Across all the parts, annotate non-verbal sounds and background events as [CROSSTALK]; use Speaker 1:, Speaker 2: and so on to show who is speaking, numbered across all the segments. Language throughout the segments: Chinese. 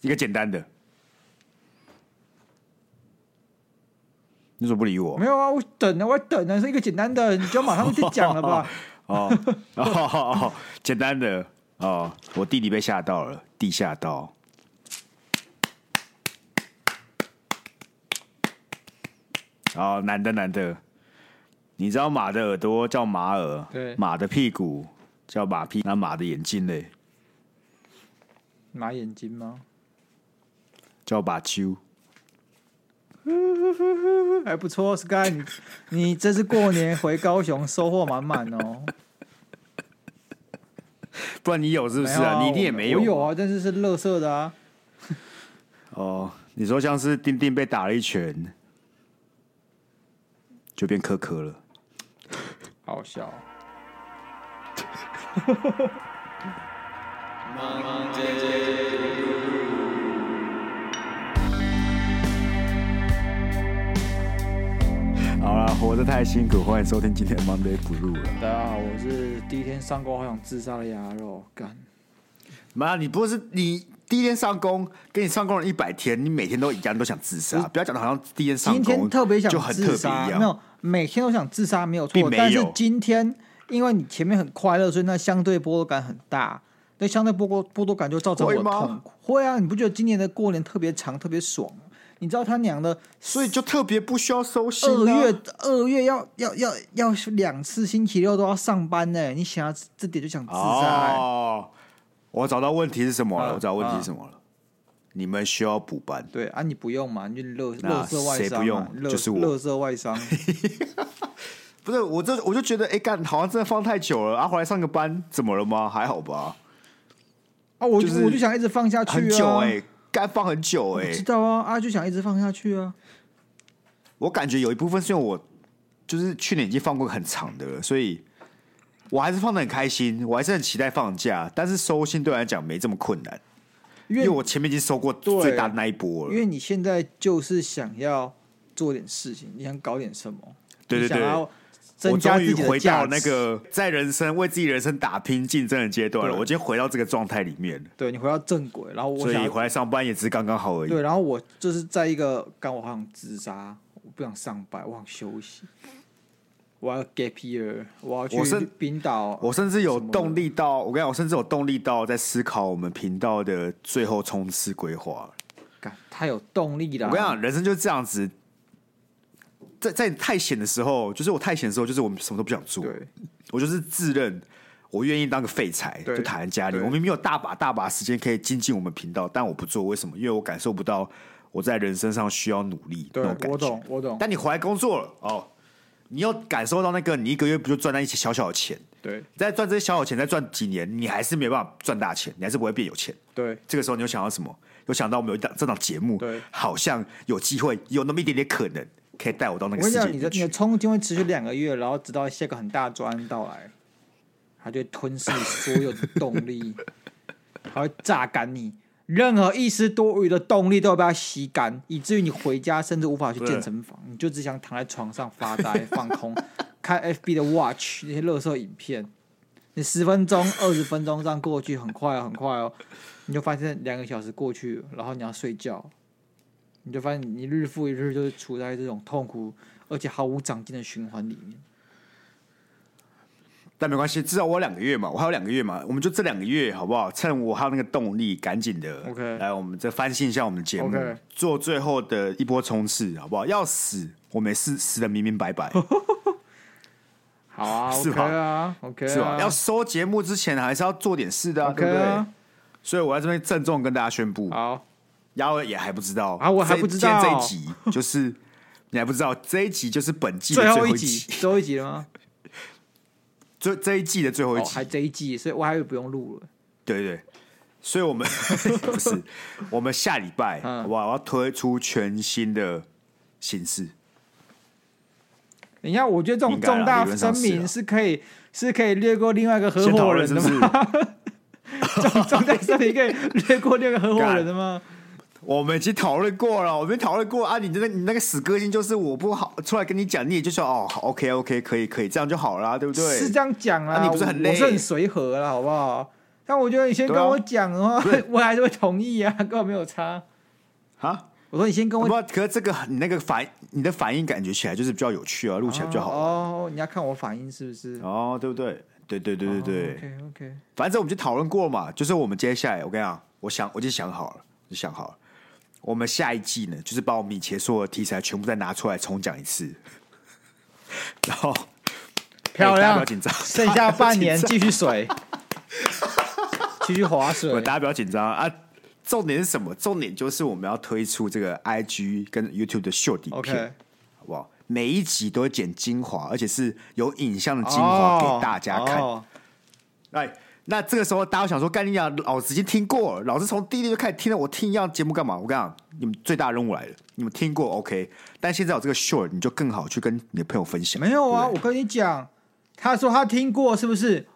Speaker 1: 一个简单的。你怎么不理我
Speaker 2: 没？有啊，我等啊，我等啊，是一个简单的，你就马上就讲
Speaker 1: [LAUGHS]
Speaker 2: 了吧。
Speaker 1: 哦哦哦哦，简单的哦，我弟弟被吓到了，地吓到。哦，男的男的，你知道马的耳朵叫马耳，
Speaker 2: 对
Speaker 1: 马的屁股叫马屁，那马的眼睛嘞
Speaker 2: 马眼睛吗？
Speaker 1: 叫把揪。
Speaker 2: 还不错，Sky，你你这次过年回高雄收获满满哦。
Speaker 1: 不然你有 [LAUGHS] 是不是啊？
Speaker 2: 没有
Speaker 1: 你一定也没有
Speaker 2: 我有啊，但是是乐色的啊。
Speaker 1: 哦。你说像是丁丁被打了一拳，就变苛刻了。
Speaker 2: 好笑。
Speaker 1: 好啦，活得太辛苦，欢迎收听今天的 Monday 不入了。
Speaker 2: 大家好，啊我是第一天上工好想自杀的鸭肉干。
Speaker 1: 妈，你不是你第一天上工，跟你上工了一百天，你每天都一样，都想自杀。不要讲的好像第一天上
Speaker 2: 今
Speaker 1: 工
Speaker 2: 天特别想
Speaker 1: 就很特
Speaker 2: 自
Speaker 1: 别
Speaker 2: 杀，
Speaker 1: 一
Speaker 2: 没
Speaker 1: 样。
Speaker 2: 有，每天都想自杀没有
Speaker 1: 并
Speaker 2: 错，
Speaker 1: 没有
Speaker 2: 但是今天因为你前面很快乐，所以那相对波动感很大，对相对波过波动感就造成我
Speaker 1: 会
Speaker 2: 的
Speaker 1: 吗
Speaker 2: 痛苦。会啊，你不觉得今年的过年特别长，特别爽吗？你知道他娘的
Speaker 1: 所以就特别不需要收心、啊。
Speaker 2: 二月二月要要要要两次星期六都要上班呢、你想要这这点就想自杀、欸
Speaker 1: 哦，我找到问题是什么了？
Speaker 2: 啊
Speaker 1: 我找到问题是什么了？你们需要补班。
Speaker 2: 对啊，你不用嘛，你就乐
Speaker 1: 那
Speaker 2: 乐色外
Speaker 1: 谁
Speaker 2: 伤、啊，
Speaker 1: 不用
Speaker 2: 乐
Speaker 1: 就是我
Speaker 2: 乐色外
Speaker 1: [LAUGHS]
Speaker 2: 伤。
Speaker 1: 不是我这我就觉得，哎、干，好像真的放太久了啊！回来上个班怎么了吗？还好吧，
Speaker 2: 啊，我就、
Speaker 1: 就是
Speaker 2: 我就想一直放下去、啊，
Speaker 1: 很久哎、干放很久哎、
Speaker 2: 我知道啊，啊就想一直放下去啊。
Speaker 1: 我感觉有一部分是因为我就是去年已经放过很长的了，所以我还是放的很开心，我还是很期待放假，但是收心对我来讲没这么困难，
Speaker 2: 因
Speaker 1: 因为
Speaker 2: 为
Speaker 1: 我前面已经收过
Speaker 2: 对
Speaker 1: 最大的那一波
Speaker 2: 因
Speaker 1: 了。
Speaker 2: 为你现在就是想要做点事情，你想搞点什么，
Speaker 1: 对
Speaker 2: 你
Speaker 1: 对
Speaker 2: 想
Speaker 1: 对
Speaker 2: 要
Speaker 1: 我
Speaker 2: 增加
Speaker 1: 终
Speaker 2: 自
Speaker 1: 于
Speaker 2: 己
Speaker 1: 回
Speaker 2: 的
Speaker 1: 到
Speaker 2: 价
Speaker 1: 那
Speaker 2: 值。
Speaker 1: 个在人生为自己人生打拼竞争的阶段了。
Speaker 2: 对
Speaker 1: 我今天回到这个状态里面了，
Speaker 2: 对你回到正轨，然后我
Speaker 1: 所
Speaker 2: 想
Speaker 1: 以
Speaker 2: 要
Speaker 1: 回来上班也只是刚刚好而已。
Speaker 2: 对，然后我就是在一个刚我好想自杀，我不想上班，我想休息，我要 gap year，我要
Speaker 1: 我是
Speaker 2: 去冰岛，
Speaker 1: 我甚至有
Speaker 2: 什么的
Speaker 1: 动力到，我跟你讲，我甚至有动力到在思考我们频道的最后冲刺规划。
Speaker 2: 干太有动力了。
Speaker 1: 我跟你讲，人生就是这样子，在在太闲的时候，就是我太闲的时候，就是我什么都不想做，
Speaker 2: 对
Speaker 1: 我就是自认我愿意当个废柴，
Speaker 2: 对
Speaker 1: 就躺在家里。
Speaker 2: 对
Speaker 1: 我明明有大把大把时间可以精进我们频道，但我不做，为什么？因为我感受不到我在人生上需要努力那
Speaker 2: 对
Speaker 1: 种感，觉。
Speaker 2: 我懂我懂，
Speaker 1: 但你回来工作了哦，你又感受到那个，你一个月不就赚那一些小小的钱？
Speaker 2: 对
Speaker 1: 再赚这些小小钱，再赚几年，你还是没办法赚大钱，你还是不会变有钱。
Speaker 2: 对
Speaker 1: 这个时候你又想到什么？又想到我们有一档这档节目，
Speaker 2: 对
Speaker 1: 好像有机会，有那么一点点可能，可以带我到那
Speaker 2: 我
Speaker 1: 个世
Speaker 2: 跟你
Speaker 1: 界
Speaker 2: 讲，你
Speaker 1: 里
Speaker 2: 的
Speaker 1: 面
Speaker 2: 你的
Speaker 1: 去。
Speaker 2: 冲劲会持续两个月，然后直到下个很大的专案到来，它就会吞噬所有的动力， [LAUGHS] 它会榨干你。任何一丝多余的动力都会被它吸干，以至于你回家甚至无法去
Speaker 1: 对
Speaker 2: 健身房，你就只想躺在床上发呆、放空，看 [LAUGHS] FB 的 Watch 那些垃圾影片。你十分钟、二十分钟这样过去，很快、哦、很快哦，你就发现两个小时过去了，然后你要睡觉，你就发现你日复一日就是处在这种痛苦而且毫无长进的循环里面。
Speaker 1: 但没关系，至少我有两个月嘛，我还有两个月嘛，我们就这两个月好不好？趁我还有那个动力，赶紧的
Speaker 2: OK
Speaker 1: 来，我们再翻新一下我们的节目
Speaker 2: OK
Speaker 1: 做最后的一波冲刺，好不好？要死，我们也是死的明明白
Speaker 2: [LAUGHS]
Speaker 1: 白，
Speaker 2: 好 [LAUGHS] 啊
Speaker 1: 是
Speaker 2: ，OK
Speaker 1: 吧
Speaker 2: 啊，OK 啊，
Speaker 1: 是吧？要收节目之前还是要做点事的、啊
Speaker 2: OK
Speaker 1: 对不对
Speaker 2: 啊？，
Speaker 1: 所以我在这边郑重跟大家宣布，
Speaker 2: 好，
Speaker 1: 然后也还不知道
Speaker 2: 啊我还不知
Speaker 1: 这
Speaker 2: 道
Speaker 1: 今天这一集就是 [LAUGHS] 你还不知道这一集就是本季的
Speaker 2: 最后
Speaker 1: 一
Speaker 2: 一集，最后一集了吗？
Speaker 1: 这这一季的最后一
Speaker 2: 哦，
Speaker 1: 集，
Speaker 2: 还这一季，所以我还以为不用录了。
Speaker 1: 对对对，所以我们 [LAUGHS] 不是我们下礼拜
Speaker 2: 嗯
Speaker 1: 好不好？我要推出全新的形式，
Speaker 2: 等一下，我觉得这种
Speaker 1: 应该啦
Speaker 2: 重大
Speaker 1: 理论
Speaker 2: 声
Speaker 1: 上是啊
Speaker 2: 明是可以是可以略过另外一个合
Speaker 1: 先讨
Speaker 2: 伙
Speaker 1: 论
Speaker 2: 人
Speaker 1: 是
Speaker 2: 的
Speaker 1: 不
Speaker 2: 吗？
Speaker 1: 是？ [LAUGHS]
Speaker 2: 这种 [LAUGHS] 重大声明可以略过另外一个合伙人的吗？
Speaker 1: 我们已经讨论过了，我们讨论过啊！你那个你那个死个性就是我不好，出来跟你讲，你也就说哦好，OK [LAUGHS] OK，可以可以，这样就好了啊，对不对？
Speaker 2: 是这样讲
Speaker 1: 啊
Speaker 2: 啦，
Speaker 1: 你不是很累
Speaker 2: 我是很随和啦，好不好？但我觉得你先
Speaker 1: 对
Speaker 2: 跟
Speaker 1: 啊
Speaker 2: 我讲的话
Speaker 1: 不是，
Speaker 2: 我还是会同意啊， [LAUGHS] 根本没有差。
Speaker 1: 啊？
Speaker 2: 我说你先跟
Speaker 1: 不
Speaker 2: 我
Speaker 1: 过，可是这个你那个反你的反应感觉起来就是比较有趣啊，录起来比较好玩
Speaker 2: 哦，你要看我反应是不是？
Speaker 1: 哦，对不对？对对对对对，
Speaker 2: 哦 OK OK，
Speaker 1: 反正我们就讨论过了嘛，就是我们接下来，我跟你讲，我想我已经想好了，我就想好了，我们下一季呢，就是把我们以前所有的题材全部再拿出来重讲一次， [LAUGHS] 然后哎大
Speaker 2: 漂
Speaker 1: 家
Speaker 2: 亮
Speaker 1: 不要紧张，
Speaker 2: 剩下半年继续
Speaker 1: [LAUGHS]
Speaker 2: 水，继续划水
Speaker 1: 不，。大家不要紧张啊。重点是什么？重点就是我们要推出这个 IG 跟 YouTube 的 short 影片
Speaker 2: OK，
Speaker 1: 好不好？每一集都会剪精华，而且是有影像的精华给大家看。
Speaker 2: 哦
Speaker 1: 哎，那这个时候大家想说，干你讲，老子已经听过了，老子从第一天就开始听了，我听一样节目干嘛？我跟你讲，你们最大的任务来了，你们听过 OK，但现在有这个 short，你就更好去跟你的朋友分享。
Speaker 2: 没有啊，
Speaker 1: 对
Speaker 2: 我跟你讲，他说他听过，是不是？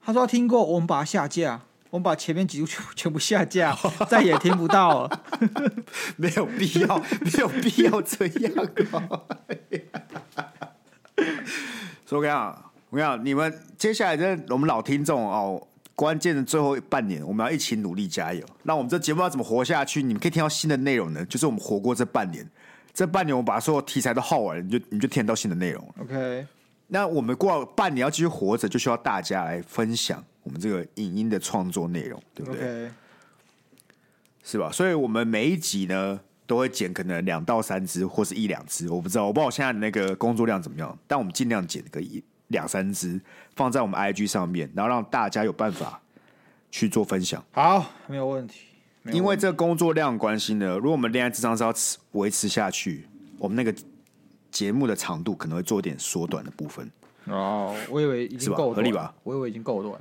Speaker 2: 他说他听过，我们把它下架，我们把前面几部全全部
Speaker 1: [LAUGHS]
Speaker 2: 下架，再也听不到了。
Speaker 1: 没有必要，没有必要这样、啊。所以我跟你讲，我跟你讲，你们接下来的我们老听众哦，关键的最后半年，我们要一起努力加油。那我们这节目要怎么活下去？你们可以听到新的内容呢，就是我们活过这半年。这半年我把所有题材都耗完了，你就你就听得到新的内容了。
Speaker 2: OK，
Speaker 1: 那我们过了半年要继续活着，就需要大家来分享我们这个影音的创作内容，对不对？
Speaker 2: OK，
Speaker 1: 是吧？所以我们每一集呢，都会剪可能两到三支，或是一两支，我不知道，我不知道我现在的那个工作量怎么样，但我们尽量剪个一两三支，放在我们 IG 上面，然后让大家有办法去做分享。
Speaker 2: 好，没有问题。没有
Speaker 1: 因为
Speaker 2: 问题
Speaker 1: 这个工作量关系呢，如果我们恋爱智商是要持维持下去，我们那个节目的长度可能会做一点缩短的部分。
Speaker 2: 哦，我以为已
Speaker 1: 是
Speaker 2: 经
Speaker 1: 吧
Speaker 2: 够
Speaker 1: 合理
Speaker 2: 短
Speaker 1: 吧？
Speaker 2: 我以为已经够短。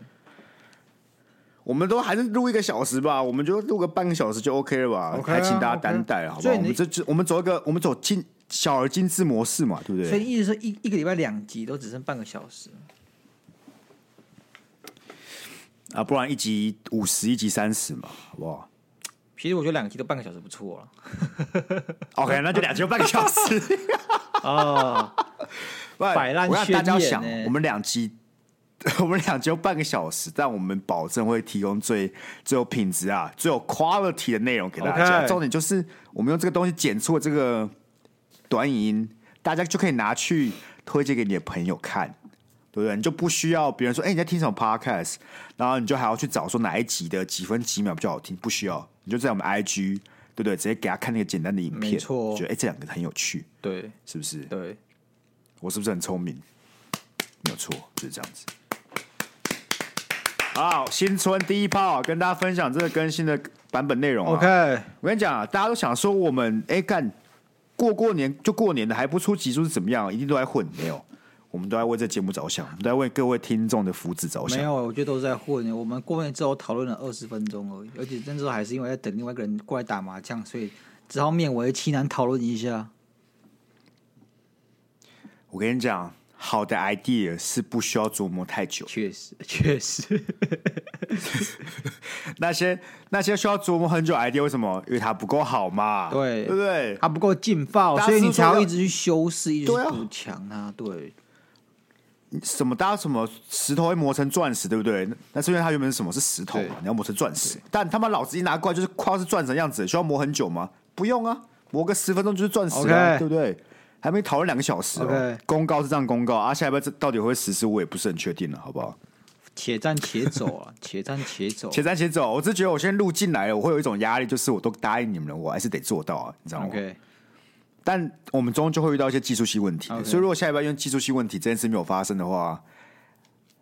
Speaker 1: 我们都还是录一个小时吧，我们就录个半个小时就 OK 了吧
Speaker 2: OK 啊
Speaker 1: 还请大家
Speaker 2: OK
Speaker 1: 担待，好不
Speaker 2: 所
Speaker 1: 好？
Speaker 2: 以
Speaker 1: 我
Speaker 2: 你
Speaker 1: 们这就我们走一个，我们走金小而精致模式嘛，对不对？
Speaker 2: 所以意思是一一个礼拜两集都只剩半个小时，
Speaker 1: 啊，不然一集五十，一集三十嘛，好不好
Speaker 2: 其实我觉得两集都半个小时不错了。
Speaker 1: ？OK，那就两集半个小时。 [LAUGHS]
Speaker 2: 哦，
Speaker 1: 不
Speaker 2: 摆烂
Speaker 1: 我让大家要
Speaker 2: 宣言
Speaker 1: 想
Speaker 2: 呢，
Speaker 1: 我们两集， [LAUGHS] 我们两集有半个小时，但我们保证会提供最最有品质啊、最有 quality 的内容给大家。
Speaker 2: OK
Speaker 1: 重点就是我们用这个东西剪出了这个短影音，大家就可以拿去推荐给你的朋友看。对不对？你就不需要别人说，哎、你在听什么 podcast，然后你就还要去找说哪一集的几分几秒比较好听，不需要，你就在我们 IG，对不对？直接给他看那个简单的影片，
Speaker 2: 没错
Speaker 1: 觉得哎、这两个很有趣，
Speaker 2: 对
Speaker 1: 是不是？
Speaker 2: 对，
Speaker 1: 我是不是很聪明？没有错，就是这样子。好，新春第一炮，跟大家分享这个更新的版本内容、啊。
Speaker 2: OK，
Speaker 1: 我跟你讲啊，大家都想说我们哎干、过过年就过年的，还不出集数是怎么样？一定都在混，没有？我们都在为这节目着想，我们都在为各位听众的福祉着
Speaker 2: 没
Speaker 1: 想。
Speaker 2: 有，我觉得都是在混。我们过完之后讨论了二十分钟而已，而且那时候还是因为在等另外一个人过来打麻将，所以只好勉为其难讨论一下。
Speaker 1: 我跟你讲，好的 idea 是不需要琢磨太久，
Speaker 2: 确实， [LAUGHS] 确实，
Speaker 1: 那些那些需要琢磨很久的 idea，为什么？因为它不够好嘛，
Speaker 2: 对
Speaker 1: 对不对？
Speaker 2: 啊它不够劲爆，
Speaker 1: 大家
Speaker 2: 所以你
Speaker 1: 是说
Speaker 2: 才要
Speaker 1: 要
Speaker 2: 一直去修饰，一直
Speaker 1: 对
Speaker 2: 去
Speaker 1: 啊
Speaker 2: 补强它。对，
Speaker 1: 什么？大家什么石头会磨成钻石，对不对？那是因为它原本是什么是石头
Speaker 2: 对
Speaker 1: 嘛，你要磨成钻石。但他妈老子一拿过来就是快要是钻石的样子，需要磨很久吗？不用啊，磨个十分钟就是钻石了
Speaker 2: OK
Speaker 1: 对不对？还没讨论两个小时、哦。
Speaker 2: OK
Speaker 1: 公告是这样公告啊，下一步这到底会不会实施，我也不是很确定了，好不好？
Speaker 2: 且战且走啊， [LAUGHS] 且战且走。
Speaker 1: 且战且走，我只是觉得我现在录进来了，我会有一种压力，就是我都答应你们了，我还是得做到啊，你知道吗
Speaker 2: OK，
Speaker 1: 但我们终究会遇到一些技术性问题
Speaker 2: OK
Speaker 1: 所以如果下一步因为技术性问题这件事没有发生的话，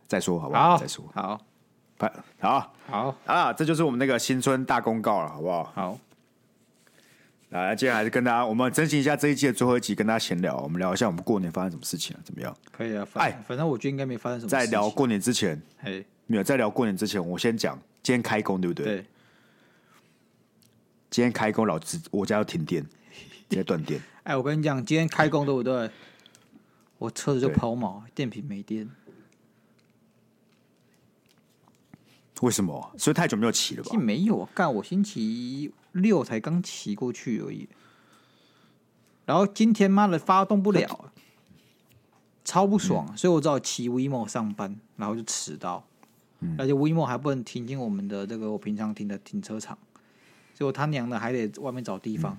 Speaker 1: 再说好不好？
Speaker 2: 好，
Speaker 1: 再说，
Speaker 2: 好，
Speaker 1: 拜好。
Speaker 2: 好，
Speaker 1: 啊，这就是我们那个新春大公告了，好不好？
Speaker 2: 好，
Speaker 1: 来，接下来还是跟大家，我们珍惜一下这一季的最后一集，跟大家闲聊，我们聊一下我们过年发生什么事情啊，怎么样？
Speaker 2: 可以啊。
Speaker 1: 哎
Speaker 2: 反反正我觉得应该没发生什么事
Speaker 1: 在
Speaker 2: 情。
Speaker 1: 聊过年之前，
Speaker 2: 嘿，
Speaker 1: 没有在聊过年之前，我先讲，今天开工对不对？
Speaker 2: 对，
Speaker 1: 今天开工，老子我家要停电，直接断电，
Speaker 2: 哎，我跟你讲，今天开工对不对？我车子就
Speaker 1: 对
Speaker 2: 抛锚，电瓶没电。
Speaker 1: 为什么？所以太久没有骑了吧
Speaker 2: 其实？没有啊，干我星期六才刚骑过去而已。然后今天妈的发动不了，超不爽，所以我只好骑 WeMo 上班，然后就迟到。而且 WeMo 还不能停进我们的这个我平常停的停车场，结果他娘的还得外面找地方，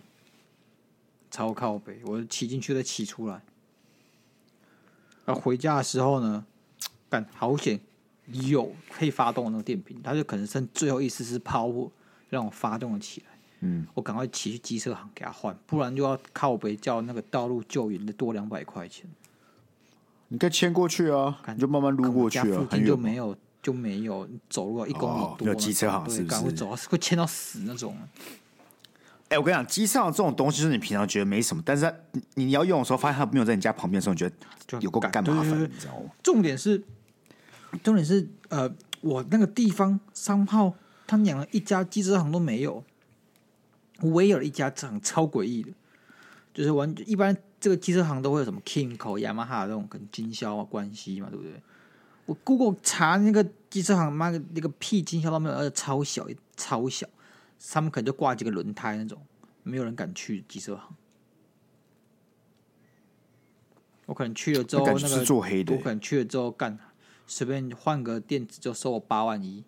Speaker 2: 超靠北，我骑进去再骑出来。而回家的时候呢，干好险有可以发动的那个电瓶，他就可能剩最后一丝丝抛物让我发动了起来。
Speaker 1: 嗯，
Speaker 2: 我赶快骑去机车行给他换，不然就要靠北叫那个道路救援的多两百块钱。
Speaker 1: 你可以牵过去啊，
Speaker 2: 看
Speaker 1: 你就慢慢撸过去
Speaker 2: 我家
Speaker 1: 啊
Speaker 2: 附，
Speaker 1: 很
Speaker 2: 近就
Speaker 1: 远吗。
Speaker 2: 没有就没有走路要一公里
Speaker 1: 哦
Speaker 2: 多
Speaker 1: 有
Speaker 2: 那种，
Speaker 1: 机车行
Speaker 2: 对
Speaker 1: 是不
Speaker 2: 干
Speaker 1: 是
Speaker 2: 会走到会牵到死那种。
Speaker 1: 哎、我跟你讲，机上这种东西，就是你平常觉得没什么，但是它你你要用的时候，发现它没有在你家旁边的时候，你觉得
Speaker 2: 就很
Speaker 1: 有够
Speaker 2: 干
Speaker 1: 干麻
Speaker 2: 对
Speaker 1: 烦，
Speaker 2: 对对
Speaker 1: 你知道吗？
Speaker 2: 重点是，重点是，呃，我那个地方商号他娘的一家机车行都没有，唯有一家车行超诡异的，就是完一般这个机车行都会有什么 Kingco、雅马哈这种跟经销啊关系嘛，对不对？我 Google 查那个机车行，妈个那个屁经销都没有，而且超小超小，他们可能就挂几个轮胎那种，没有人敢去机车行。我可能去了之后，
Speaker 1: 那
Speaker 2: 那
Speaker 1: 感觉
Speaker 2: 个
Speaker 1: 是做黑的
Speaker 2: 我可能去了之后干，随便换个电池就收我八万一，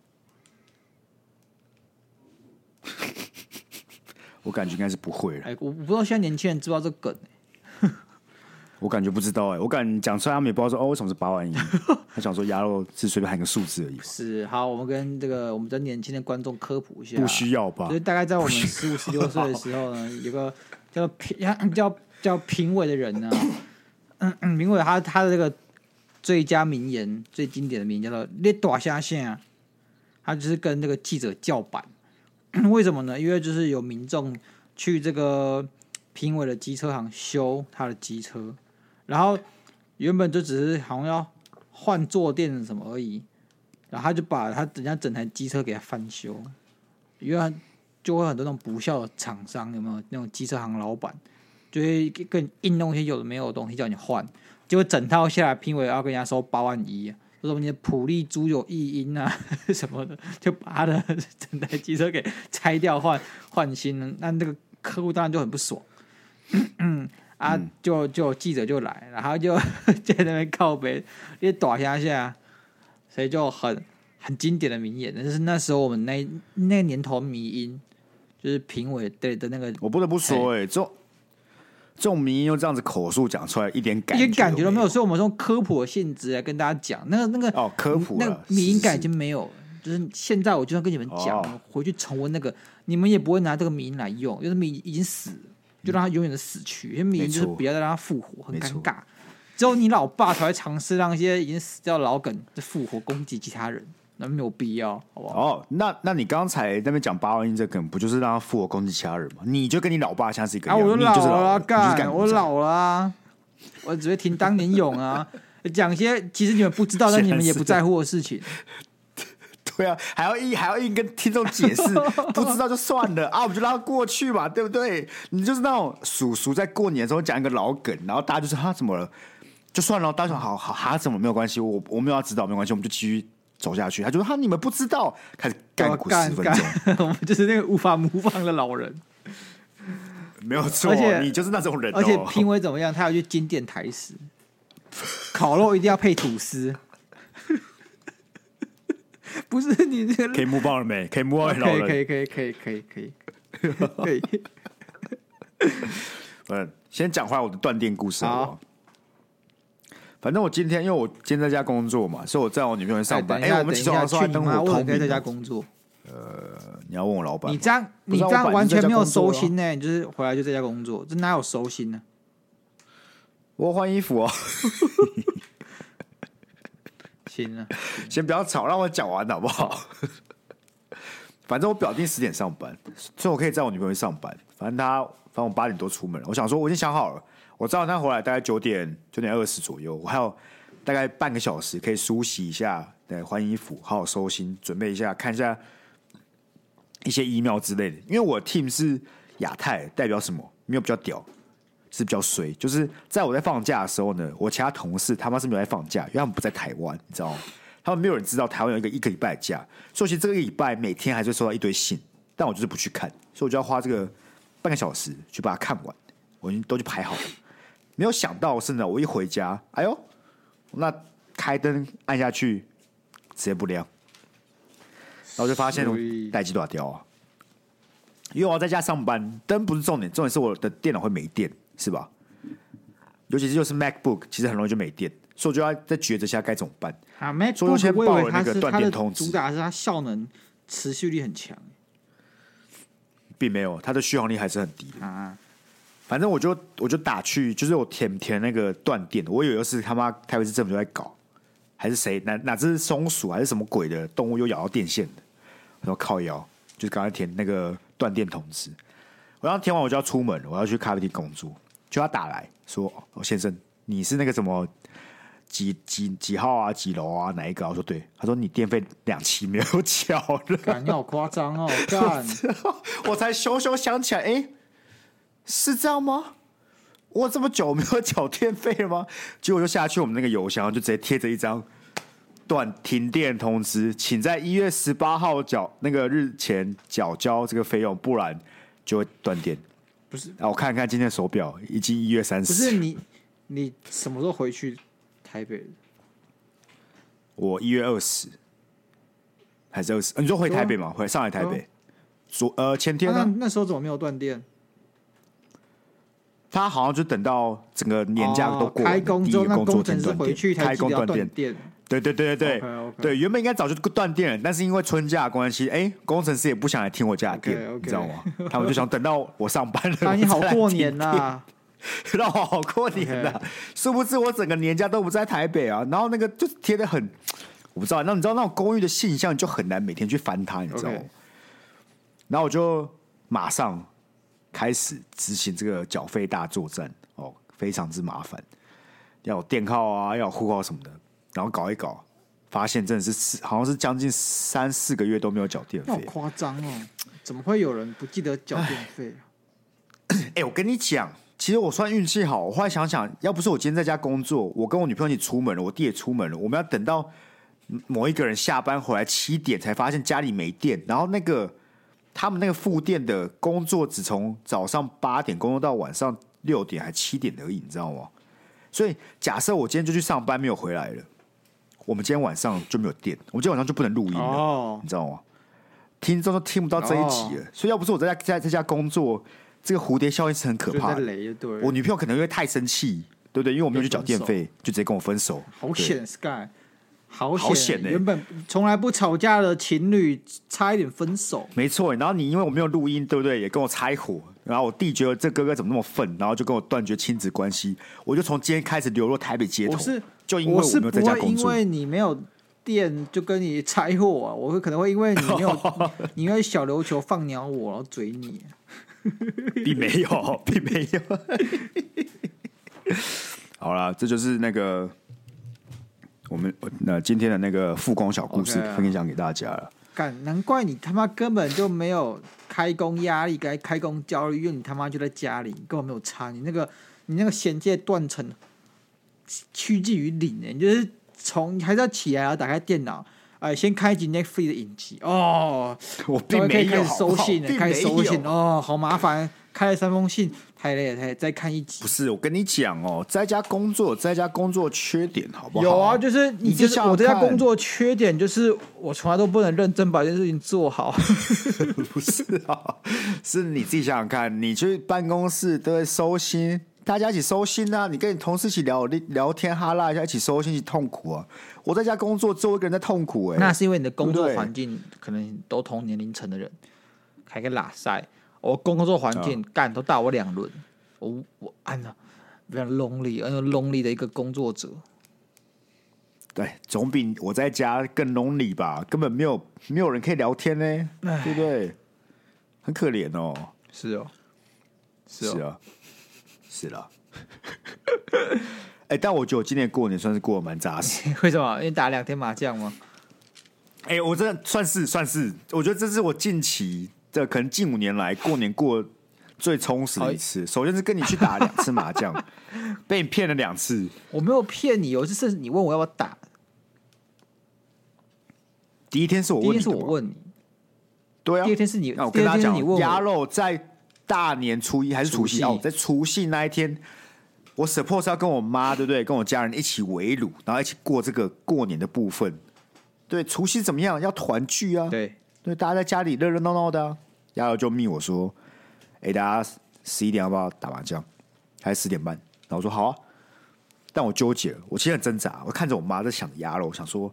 Speaker 1: 我感觉应该是不会了，
Speaker 2: 哎，我我不知道现在年轻人知不知道这个梗、欸，
Speaker 1: 我感觉不知道哎、我感觉讲出来他们也不知道说哦，为什么是八万一？他想说鸭肉是随便喊个数字而
Speaker 2: [LAUGHS]
Speaker 1: 已吧，
Speaker 2: 是好，我们跟这个我们的年轻的观众科普一下，
Speaker 1: 不需要吧
Speaker 2: 所以？大概在我们十五、十六岁的时候呢，有个叫评叫叫评委的人呢，嗯嗯，评委他他的这个最佳名言、最经典的名言叫做“你大下线啊”，他就是跟这个记者叫板。 [COUGHS] 为什么呢？因为就是有民众去这个评委的机车行修他的机车，然后原本就只是好像要换坐垫什么而已，然后他就把他人家整台机车给他翻修。因为他就会很多那种不孝的厂商，有没有那种机车行老板，就会更硬弄一些有的没有的东西叫你换，结果整套下来评委要跟人家收八万一、啊，说什么你的普利珠有异音啊 [LAUGHS] 什么的，就把他的 [LAUGHS] 整台机车给拆掉换换新了，那那个客户当然就很不爽。 [COUGHS] 啊，就就有记者就来，然后就 [LAUGHS] 在那边靠北，你打下下，所以就很很经典的名言，但是那时候我们那那个年头迷音，就是评委对的那个，
Speaker 1: 我不得不说哎、这种这种民音用这样子口述讲出来，一点感
Speaker 2: 一
Speaker 1: 觉
Speaker 2: 点感觉都没
Speaker 1: 有
Speaker 2: 有，所以我们用科普的性质来跟大家讲，那个那个
Speaker 1: 哦，科普
Speaker 2: 那
Speaker 1: 了
Speaker 2: 个，迷音
Speaker 1: 是
Speaker 2: 感已
Speaker 1: 是
Speaker 2: 经没有了，就是现在我就算跟你们讲，
Speaker 1: 哦
Speaker 2: 回去重温那个，你们也不会拿这个迷音来用，因为迷音已经死了，就让它永远的死去，因为迷音就是
Speaker 1: 没错
Speaker 2: 不要再让它复活，很
Speaker 1: 没
Speaker 2: 尴
Speaker 1: 错
Speaker 2: 尬。只有你老爸才会尝试让一些已经死掉的老梗就复活攻击其他人，那没有必要，好不好？
Speaker 1: 哦，那那你刚才那边讲八万音这梗，不就是让他复活攻击其他人吗？你就跟你老爸像是一个
Speaker 2: 啊，
Speaker 1: 样，
Speaker 2: 我都
Speaker 1: 你就是
Speaker 2: 了啊，
Speaker 1: 了，你就是
Speaker 2: 干，
Speaker 1: 干部
Speaker 2: 我
Speaker 1: 长
Speaker 2: 老了啊，我只会听当年勇啊，讲一些其实你们不知道，但你们
Speaker 1: [LAUGHS]
Speaker 2: 也不在乎的事情。
Speaker 1: 对啊，还要硬还要硬跟听众解
Speaker 2: [LAUGHS]
Speaker 1: 释，不知道就算了啊，我们就让他过去嘛，对不对？你就是那种叔叔在过年的时候讲一个老梗，然后大家就是他怎么了，就算了，大家
Speaker 2: 嗯
Speaker 1: 说好好哈怎么没有关系，我我没有要知道没关系，我们就继续走下去。他就说哈你们不知道，开始干苦
Speaker 2: 哦干
Speaker 1: 十分
Speaker 2: 干
Speaker 1: 钟，，
Speaker 2: [LAUGHS] 我们就是那个无法模仿的
Speaker 1: [LAUGHS]
Speaker 2: 老人。
Speaker 1: 没有错
Speaker 2: 而且，
Speaker 1: 你就是那种人、哦，
Speaker 2: 而且评委怎么样？他要去经典台词，烤肉一定要配吐司， [LAUGHS] 不是你这个
Speaker 1: 可以木棒了没？可以木棒了，老
Speaker 2: 可以
Speaker 1: 人
Speaker 2: 可以可以可以可以可以
Speaker 1: [LAUGHS]
Speaker 2: 可以，
Speaker 1: 嗯，先讲回来我的断电故事好不
Speaker 2: 好
Speaker 1: 好？反正我今天因为我今天在家工作嘛，所以我在我女朋友上班。
Speaker 2: 哎
Speaker 1: 哎、我们起
Speaker 2: 等
Speaker 1: 床
Speaker 2: 一下
Speaker 1: 的时候
Speaker 2: 去
Speaker 1: 还
Speaker 2: 你
Speaker 1: 跟
Speaker 2: 妈
Speaker 1: 我
Speaker 2: 为
Speaker 1: 同
Speaker 2: 了可以在
Speaker 1: 频
Speaker 2: 家
Speaker 1: 啊
Speaker 2: 工作，
Speaker 1: 你要问我老板
Speaker 2: 你
Speaker 1: 吗，
Speaker 2: 这样
Speaker 1: 不
Speaker 2: 你
Speaker 1: 是啊
Speaker 2: 这样
Speaker 1: 我本来
Speaker 2: 完
Speaker 1: 就在
Speaker 2: 全
Speaker 1: 家
Speaker 2: 没有
Speaker 1: 工作
Speaker 2: 收
Speaker 1: 啊
Speaker 2: 心呢、你就是回来就在家工作，这哪有收心呢、
Speaker 1: 我换衣服哦，
Speaker 2: 行啊，
Speaker 1: 先不要吵，让我讲完好不好？ [LAUGHS] 反正我表弟十点上班，所以我可以在我女朋友上班。反正他，反正我八点多出门了。我想说，我已经想好了，我早上他回来大概九点九点二十左右，我还有大概半个小时可以梳洗一下，对，换衣服，好好收心，准备一下，看一下一些 email 之类的。因为我 team 是亚太，代表什么？没有比较屌，是比较衰。就是在我在放假的时候呢，我其他同事他妈是没有在放假，因为他们不在台湾，你知道吗？他们没有人知道台湾有一个一个礼拜的假，所以其实这个礼拜每天还是会收到一堆信，但我就是不去看，所以我就要花这个半个小时去把它看完，我已经都去排好了。没有想到的是呢，我一回家，哎呦，那开灯按下去，直接不亮，然后就发现我
Speaker 2: 所以
Speaker 1: 待机断掉啊，因为我要在家上班，但不是重点，重点是我的电脑会没电，是吧？尤其是就是 MacBook，其实很容易就没电，所以我就要再抉择一下该怎么办。
Speaker 2: 啊，Mac
Speaker 1: 所以我先
Speaker 2: 我
Speaker 1: 报了
Speaker 2: 以为
Speaker 1: 那
Speaker 2: 它
Speaker 1: 个
Speaker 2: 是
Speaker 1: 断
Speaker 2: 它
Speaker 1: 电
Speaker 2: 的
Speaker 1: 通知
Speaker 2: 主打是它效能持续力很强
Speaker 1: 并没有，它的续航力还是很低。
Speaker 2: 啊，
Speaker 1: 反正我就我就打去，就是我填填那个断电，我以为是他妈台北市政府就在搞，还是谁哪哪只松鼠还是什么鬼的动物又咬到电线的，然后靠腰，就是刚才填那个断电通知。我要填完我就要出门了，我要去咖啡厅工作，就他打来说：“哦，先生，你是那个什么几几几号啊，几楼啊，哪一个啊、我说：“对。”他说：“你电费两期没有缴了。”
Speaker 2: 感觉好夸张哦，干，
Speaker 1: 我才熊熊想起来，哎、是这样吗？我这么久没有缴电费了吗？结果就下去我们那个邮箱，就直接贴着一张断停电通知，请在一月十八号缴那个日前缴交这个费用，不然就会断电。
Speaker 2: 不是
Speaker 1: 啊，我看一看今天的手表，已经一月三
Speaker 2: 不是
Speaker 1: 十，
Speaker 2: 你你什么时候回去台北？
Speaker 1: 我一月二十还是二十、呃你说回台北吗？回上海台
Speaker 2: 对
Speaker 1: 北，昨呃前天
Speaker 2: 啊
Speaker 1: 呢、
Speaker 2: 那那时候怎么没有断
Speaker 1: 哦
Speaker 2: 电？
Speaker 1: 他好像就等到整个年假都
Speaker 2: 哦
Speaker 1: 过了，
Speaker 2: 开工
Speaker 1: 第一
Speaker 2: 之后，
Speaker 1: 个
Speaker 2: 那
Speaker 1: 工作
Speaker 2: 工
Speaker 1: 天
Speaker 2: 程师
Speaker 1: 断
Speaker 2: 回
Speaker 1: 电，
Speaker 2: 去才
Speaker 1: 开
Speaker 2: 知道
Speaker 1: 工断电
Speaker 2: 断，
Speaker 1: [LAUGHS]
Speaker 2: 电。
Speaker 1: 对对对对对
Speaker 2: OK，OK
Speaker 1: 对，原本应该早就断电了，但是因为春假的关系，哎，工程师也不想来听我家的电
Speaker 2: OK，OK
Speaker 1: 你知道吗？他们就想等到我上班了，
Speaker 2: [LAUGHS] 那你好过年啊呐、
Speaker 1: 呐、 [LAUGHS] 让我好过年呐、殊不知我整个年假都不在台北啊，然后那个就贴的很，我不知道，那你知道那种公寓的信箱你就很难每天去翻它，你知道吗
Speaker 2: OK
Speaker 1: 然后我就马上开始执行这个缴费大作战哦，非常之麻烦，要有电号啊，要有户号什么的，然后搞一搞，发现真的是四好像是将近三四个月都没有缴电
Speaker 2: 那好
Speaker 1: 费。
Speaker 2: 夸张哦！怎么会有人不记得缴电费啊？
Speaker 1: 哎、我跟你讲，其实我算运气好。我后来想想，要不是我今天在家工作，我跟我女朋友一起出门了，我弟也出门了，我们要等到某一个人下班回来七点才发现家里没电，然后那个他们那个副店的工作只从早上八点工作到晚上六点还七点而已，你知道吗？所以假设我今天就去上班没有回来了，我们今天晚上就没有电，我们今天晚上就不能 [LAUGHS] 录音了。
Speaker 2: 哦，
Speaker 1: 你知道吗？听众都听不到这一集了，所以要不是我在家在在家工作，这个蝴蝶效应是很可
Speaker 2: 就
Speaker 1: 怕
Speaker 2: 在
Speaker 1: 的。
Speaker 2: 雷就对
Speaker 1: 我
Speaker 2: 了，
Speaker 1: 女朋友可能会太生气，对不对？因为我没有去缴电费，就直接跟我分手。
Speaker 2: 好险，Sky，好
Speaker 1: 好险欸
Speaker 2: 原本从来不吵架的情侣，差一点分手。
Speaker 1: 没错，然后你因为我没有录音，对不对？也跟我拆伙，然后我弟觉得这哥哥怎么那么愤，然后就跟我断绝亲子关系。我就从今天开始流落台北街头，
Speaker 2: 我是
Speaker 1: 就因为
Speaker 2: 我
Speaker 1: 没
Speaker 2: 是
Speaker 1: 有
Speaker 2: 不
Speaker 1: 在家
Speaker 2: 会
Speaker 1: 工
Speaker 2: 因
Speaker 1: 作。
Speaker 2: 为你没有电就跟你拆伙啊，我会可能会因为你没有， [LAUGHS] 你因为小琉球放鸟我，然后嘴你。
Speaker 1: [LAUGHS] 并没有，并没有。 [LAUGHS] 好啦，这就是那个我们那今天的那个复工小故事
Speaker 2: OK 啊
Speaker 1: 分享给大家了。
Speaker 2: 干，难怪你他妈根本就没有开工压力，该开工焦虑，因为你他妈就在家里，你根本没有差。你那个你那个衔接断层趋近于零诶、你就是从你还是要起来，然后打开电脑，哎、先开启 Netflix 的影集哦，
Speaker 1: 我并
Speaker 2: 终于可
Speaker 1: 没
Speaker 2: 以开
Speaker 1: 有
Speaker 2: 始收信了，
Speaker 1: 好不好
Speaker 2: 开始收
Speaker 1: 并
Speaker 2: 信
Speaker 1: 没有
Speaker 2: 哦，好麻烦，开了三封信，太累了，太再看一集
Speaker 1: 不。是，我跟你讲哦，在家工作，在家工作缺点好不好？
Speaker 2: 有啊，就是你
Speaker 1: 你
Speaker 2: 就
Speaker 1: 就是想
Speaker 2: 我这家
Speaker 1: 看
Speaker 2: 工作缺点就是我从来都不能认真把这件事情做好。 [LAUGHS]
Speaker 1: [LAUGHS] 不是啊，是你自己想想看，你去办公室都会收心，大家一起收心啊，你跟你同事一起聊聊天哈拉一下，一起收心，一起痛苦啊。我在家工作，只有我一个人在痛苦哎、
Speaker 2: 那是因为你的工作
Speaker 1: 对不对
Speaker 2: 环境可能都同年龄层的人，还跟拉塞。我工作环境干都大我两轮，我我按了非常 lonely，按 lonely 的一个工作者，
Speaker 1: 对，总比我在家更 lonely 吧，根本没有没有人可以聊天呢，对不对？很可怜哦，
Speaker 2: 是哦，是哦，
Speaker 1: 啊，是啦。 [LAUGHS] 哎、但我觉得我今年过年算是过得蛮扎实。
Speaker 2: [LAUGHS] 为什么？因为打两天麻将吗？
Speaker 1: 哎、我真的算是算是，我觉得这是我近期这可能近五年来过年过最充实的一次。首先是跟你去打两次麻
Speaker 2: [LAUGHS]
Speaker 1: 将，被你骗了两次。
Speaker 2: 我没有骗你，有一次是你问我要不要打，
Speaker 1: 第一天是我
Speaker 2: 第一
Speaker 1: 问你
Speaker 2: 天是
Speaker 1: 的
Speaker 2: 我
Speaker 1: 嘛，
Speaker 2: 问你，
Speaker 1: 对啊，
Speaker 2: 第二天是你，第
Speaker 1: 那我
Speaker 2: 二
Speaker 1: 跟大
Speaker 2: 天
Speaker 1: 家讲
Speaker 2: 是你问
Speaker 1: 哦，鸭
Speaker 2: 我，
Speaker 1: 肉在大年初一还是除夕
Speaker 2: 除夕
Speaker 1: 哦，在除夕那一天，我 suppose 要跟我妈对不对，跟我家人一起围炉，然后一起过这个过年的部分。对，除夕怎么样？要团聚啊，
Speaker 2: 对，
Speaker 1: 对，大家在家里热热闹闹的、啊。然后就密我说：“哎、大家十一点要不要打麻将？还是十点半？”然后我说：“好啊。”但我纠结了，我其实很挣扎。我看着我妈在想着鸭肉，我想说：“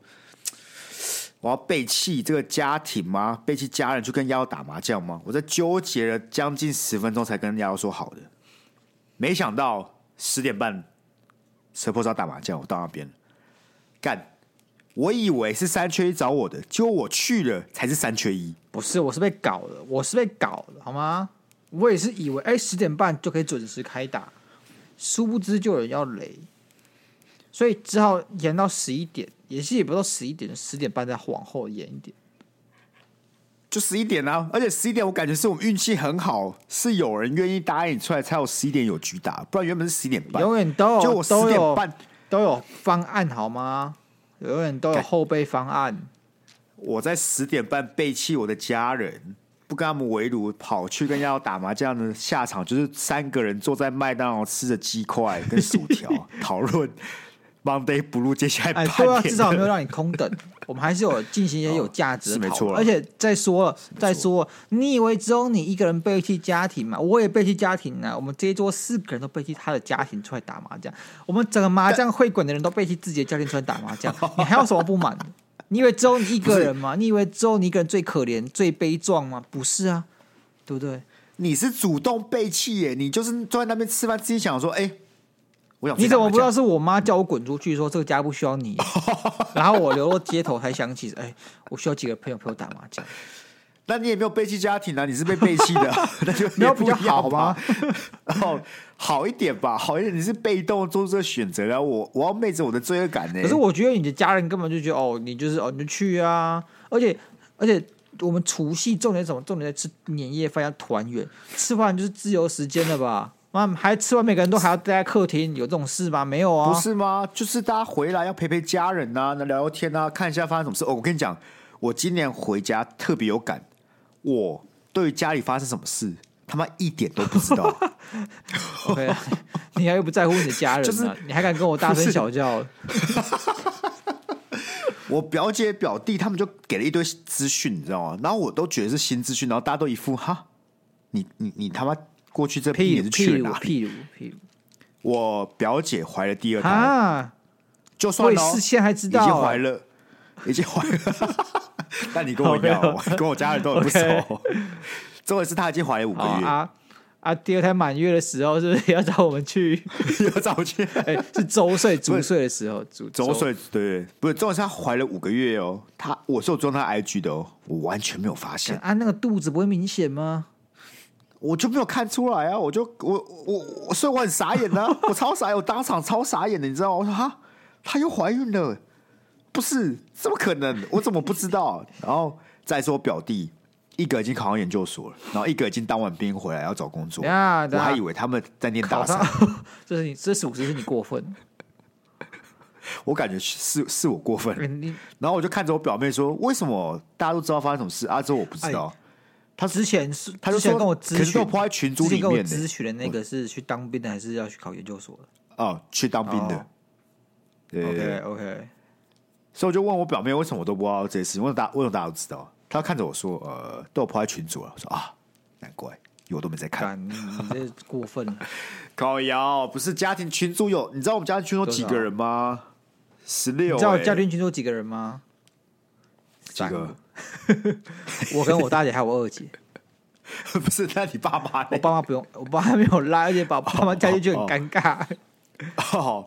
Speaker 1: 我要背弃这个家庭吗？背弃家人去跟鸭肉打麻将吗？”我在纠结了将近十分钟，才跟鸭肉说好的。没想到十点半，蛇婆要打麻将，我到那边了干。我以为是三缺一找我的，结果我去了才是三缺一。
Speaker 2: 不是，我是被搞的，我是被搞的，好吗？我也是以为，哎、十点半就可以准时开打，殊不知就有人要雷，所以只好延到十一点，也是也不到十一点，十点半再往后延一点。
Speaker 1: 就十一点啊，而且十一点我感觉是我们运气很好，是有人愿意答应你出来，才有十一点有局打，不然原本是十点半，
Speaker 2: 永远都有，
Speaker 1: 就我十
Speaker 2: 都
Speaker 1: 点
Speaker 2: 有
Speaker 1: 半，
Speaker 2: 都有方案，好吗？永远都有
Speaker 1: 干
Speaker 2: 后备方案。
Speaker 1: 我在十点半背弃我的家人，不跟他们围炉，跑去跟要打麻将的下场，就是三个人坐在麦当劳吃着鸡块跟薯
Speaker 2: [LAUGHS]
Speaker 1: 条讨论 Monday Blue 接下来
Speaker 2: 哎，
Speaker 1: 半
Speaker 2: 对啊，
Speaker 1: 年
Speaker 2: 至少没有
Speaker 1: 的
Speaker 2: 让你空等，我们还是有进行一些有价值
Speaker 1: 哦是
Speaker 2: 的
Speaker 1: 没
Speaker 2: 讨
Speaker 1: 错
Speaker 2: 论。
Speaker 1: 啦
Speaker 2: 而且再说了，再说了，你以为只有你一个人背弃家庭嘛？我也背弃家庭啊。我们这一桌四个人都背弃他的家庭出来打麻将，我们整个麻将会馆的人都背弃自己的家庭出来打麻将，你还有什么不满的？你以为只有你一个人吗？你以为只有你一个人最可怜、最悲壮吗？不是啊，对不对？
Speaker 1: 你是主动背弃耶，你就是坐在那边吃饭，自己想说，哎、我想去
Speaker 2: 你怎么不知
Speaker 1: 打麻
Speaker 2: 道
Speaker 1: 将？
Speaker 2: 是我妈叫我滚出去，说这个家不需要
Speaker 1: [LAUGHS]
Speaker 2: 你，然后我流落街头才想起，哎、我需要几个朋友陪我打麻将。
Speaker 1: 那你也没有背弃家庭啊，你是被背弃
Speaker 2: [LAUGHS]
Speaker 1: 的 [LAUGHS] 啊，那就
Speaker 2: 没有
Speaker 1: 也不
Speaker 2: 比较
Speaker 1: 一样
Speaker 2: 好
Speaker 1: 吧 [LAUGHS]
Speaker 2: 吗？
Speaker 1: 哦，好一点吧，好一点。你是被动做出这个选择，然后我我要昧着我的罪恶感呢。
Speaker 2: 可是我觉得你的家人根本就觉得哦，你就是哦，你就去啊，而且而且我们除夕重点是什么？重点在吃年夜饭要团圆，吃完就是自由时间了吧？妈，还吃完每个人都还要待在客厅，有这种事吗？没有啊，
Speaker 1: 不是吗？就是大家回来要陪陪家人呐、那聊聊天啊，看一下发生什么事。哦，我跟你讲，我今年回家特别有感，我对于家里发生什么事，他妈一点都不知道。
Speaker 2: OK，你 [LAUGHS] 还又不在乎你的家人呢、啊
Speaker 1: 就是
Speaker 2: 你还敢跟我大
Speaker 1: 不
Speaker 2: 声
Speaker 1: 是
Speaker 2: 小叫？
Speaker 1: 我表姐表弟他们就给了一堆资讯，你知道吗？然后我都觉得是新资讯，然后大家都一副哈，你你你他妈过去这一
Speaker 2: 屁
Speaker 1: 年是
Speaker 2: 股屁
Speaker 1: 去
Speaker 2: 股
Speaker 1: 了哪里？
Speaker 2: 屁股屁股
Speaker 1: 我表姐怀了第二胎，
Speaker 2: 啊！
Speaker 1: 就
Speaker 2: 我
Speaker 1: 算
Speaker 2: 也
Speaker 1: 了哦，
Speaker 2: 是现在才知
Speaker 1: 已
Speaker 2: 道、
Speaker 1: 经怀了，已经怀
Speaker 2: [LAUGHS]
Speaker 1: 了。但你跟我一样哦，跟我家人都很不熟。这回是她已经怀了五个
Speaker 2: 哦
Speaker 1: 月，
Speaker 2: 啊啊！第二胎满月的时候，是不是要找我们去？ [LAUGHS]
Speaker 1: 又找我去。
Speaker 2: 哎、是周岁、足岁的时候，足
Speaker 1: 周岁对，对不是重点是她怀了五个月哦。她我是有装她 IG 的哦，我完全没有发现，
Speaker 2: 啊，那个肚子不会明显吗？
Speaker 1: 我就没有看出来啊，我就我我我，所以我很傻眼
Speaker 2: [LAUGHS]
Speaker 1: 呢、我超傻眼，我当场超傻眼的，你知道吗？我说哈，她又怀孕了，不是，怎么可能？我怎么不知道？ [LAUGHS] 然后再说我表弟，一个已经考上研究所了，然后一个已经当完兵回来要找工作，
Speaker 2: 等一下
Speaker 1: 我
Speaker 2: 等一下
Speaker 1: 还以为他们在念大
Speaker 2: 啊考上
Speaker 1: 三，，
Speaker 2: [LAUGHS] 这是你这属实是你过分。
Speaker 1: [LAUGHS] 我感觉是是我过
Speaker 2: [LAUGHS]
Speaker 1: 分了。
Speaker 2: 你
Speaker 1: 然后我就看着我表妹说，为什么大家都知道发生什么事，啊，只有我不知道？
Speaker 2: 哎他之前是
Speaker 1: 他就
Speaker 2: 之前
Speaker 1: 说
Speaker 2: 跟我咨
Speaker 1: 可
Speaker 2: 询，
Speaker 1: 是都抛在群组
Speaker 2: 之前
Speaker 1: 里
Speaker 2: 跟我
Speaker 1: 面呢嗯
Speaker 2: 咨询的那个是去当兵的，还是要去考研究所的
Speaker 1: 哦，去当兵的
Speaker 2: 哦，
Speaker 1: 对对对。
Speaker 2: ？OK
Speaker 1: [LAUGHS]
Speaker 2: OK，
Speaker 1: 所以我就问我表妹，为什么我都不知道这些事情？为什么大为什么大家都知道？哦她看着我说：“呃，都有抛在群组了。”我说：“啊，难怪，因为我都没在看。
Speaker 2: 干你你这过
Speaker 1: [LAUGHS]
Speaker 2: 分了。
Speaker 1: 高瑶不是家庭群组有，你知道我们家庭群组有几个人吗？十六、哎
Speaker 2: 你知道我家庭群组有几个人吗？
Speaker 1: 几个？ [LAUGHS]
Speaker 2: 我跟我大姐还有我二姐，
Speaker 1: 不是，那你爸妈
Speaker 2: 我
Speaker 1: 嘞？
Speaker 2: 爸妈不用，我爸妈没有拉，而且把我爸妈加进去很尴尬。
Speaker 1: 哦，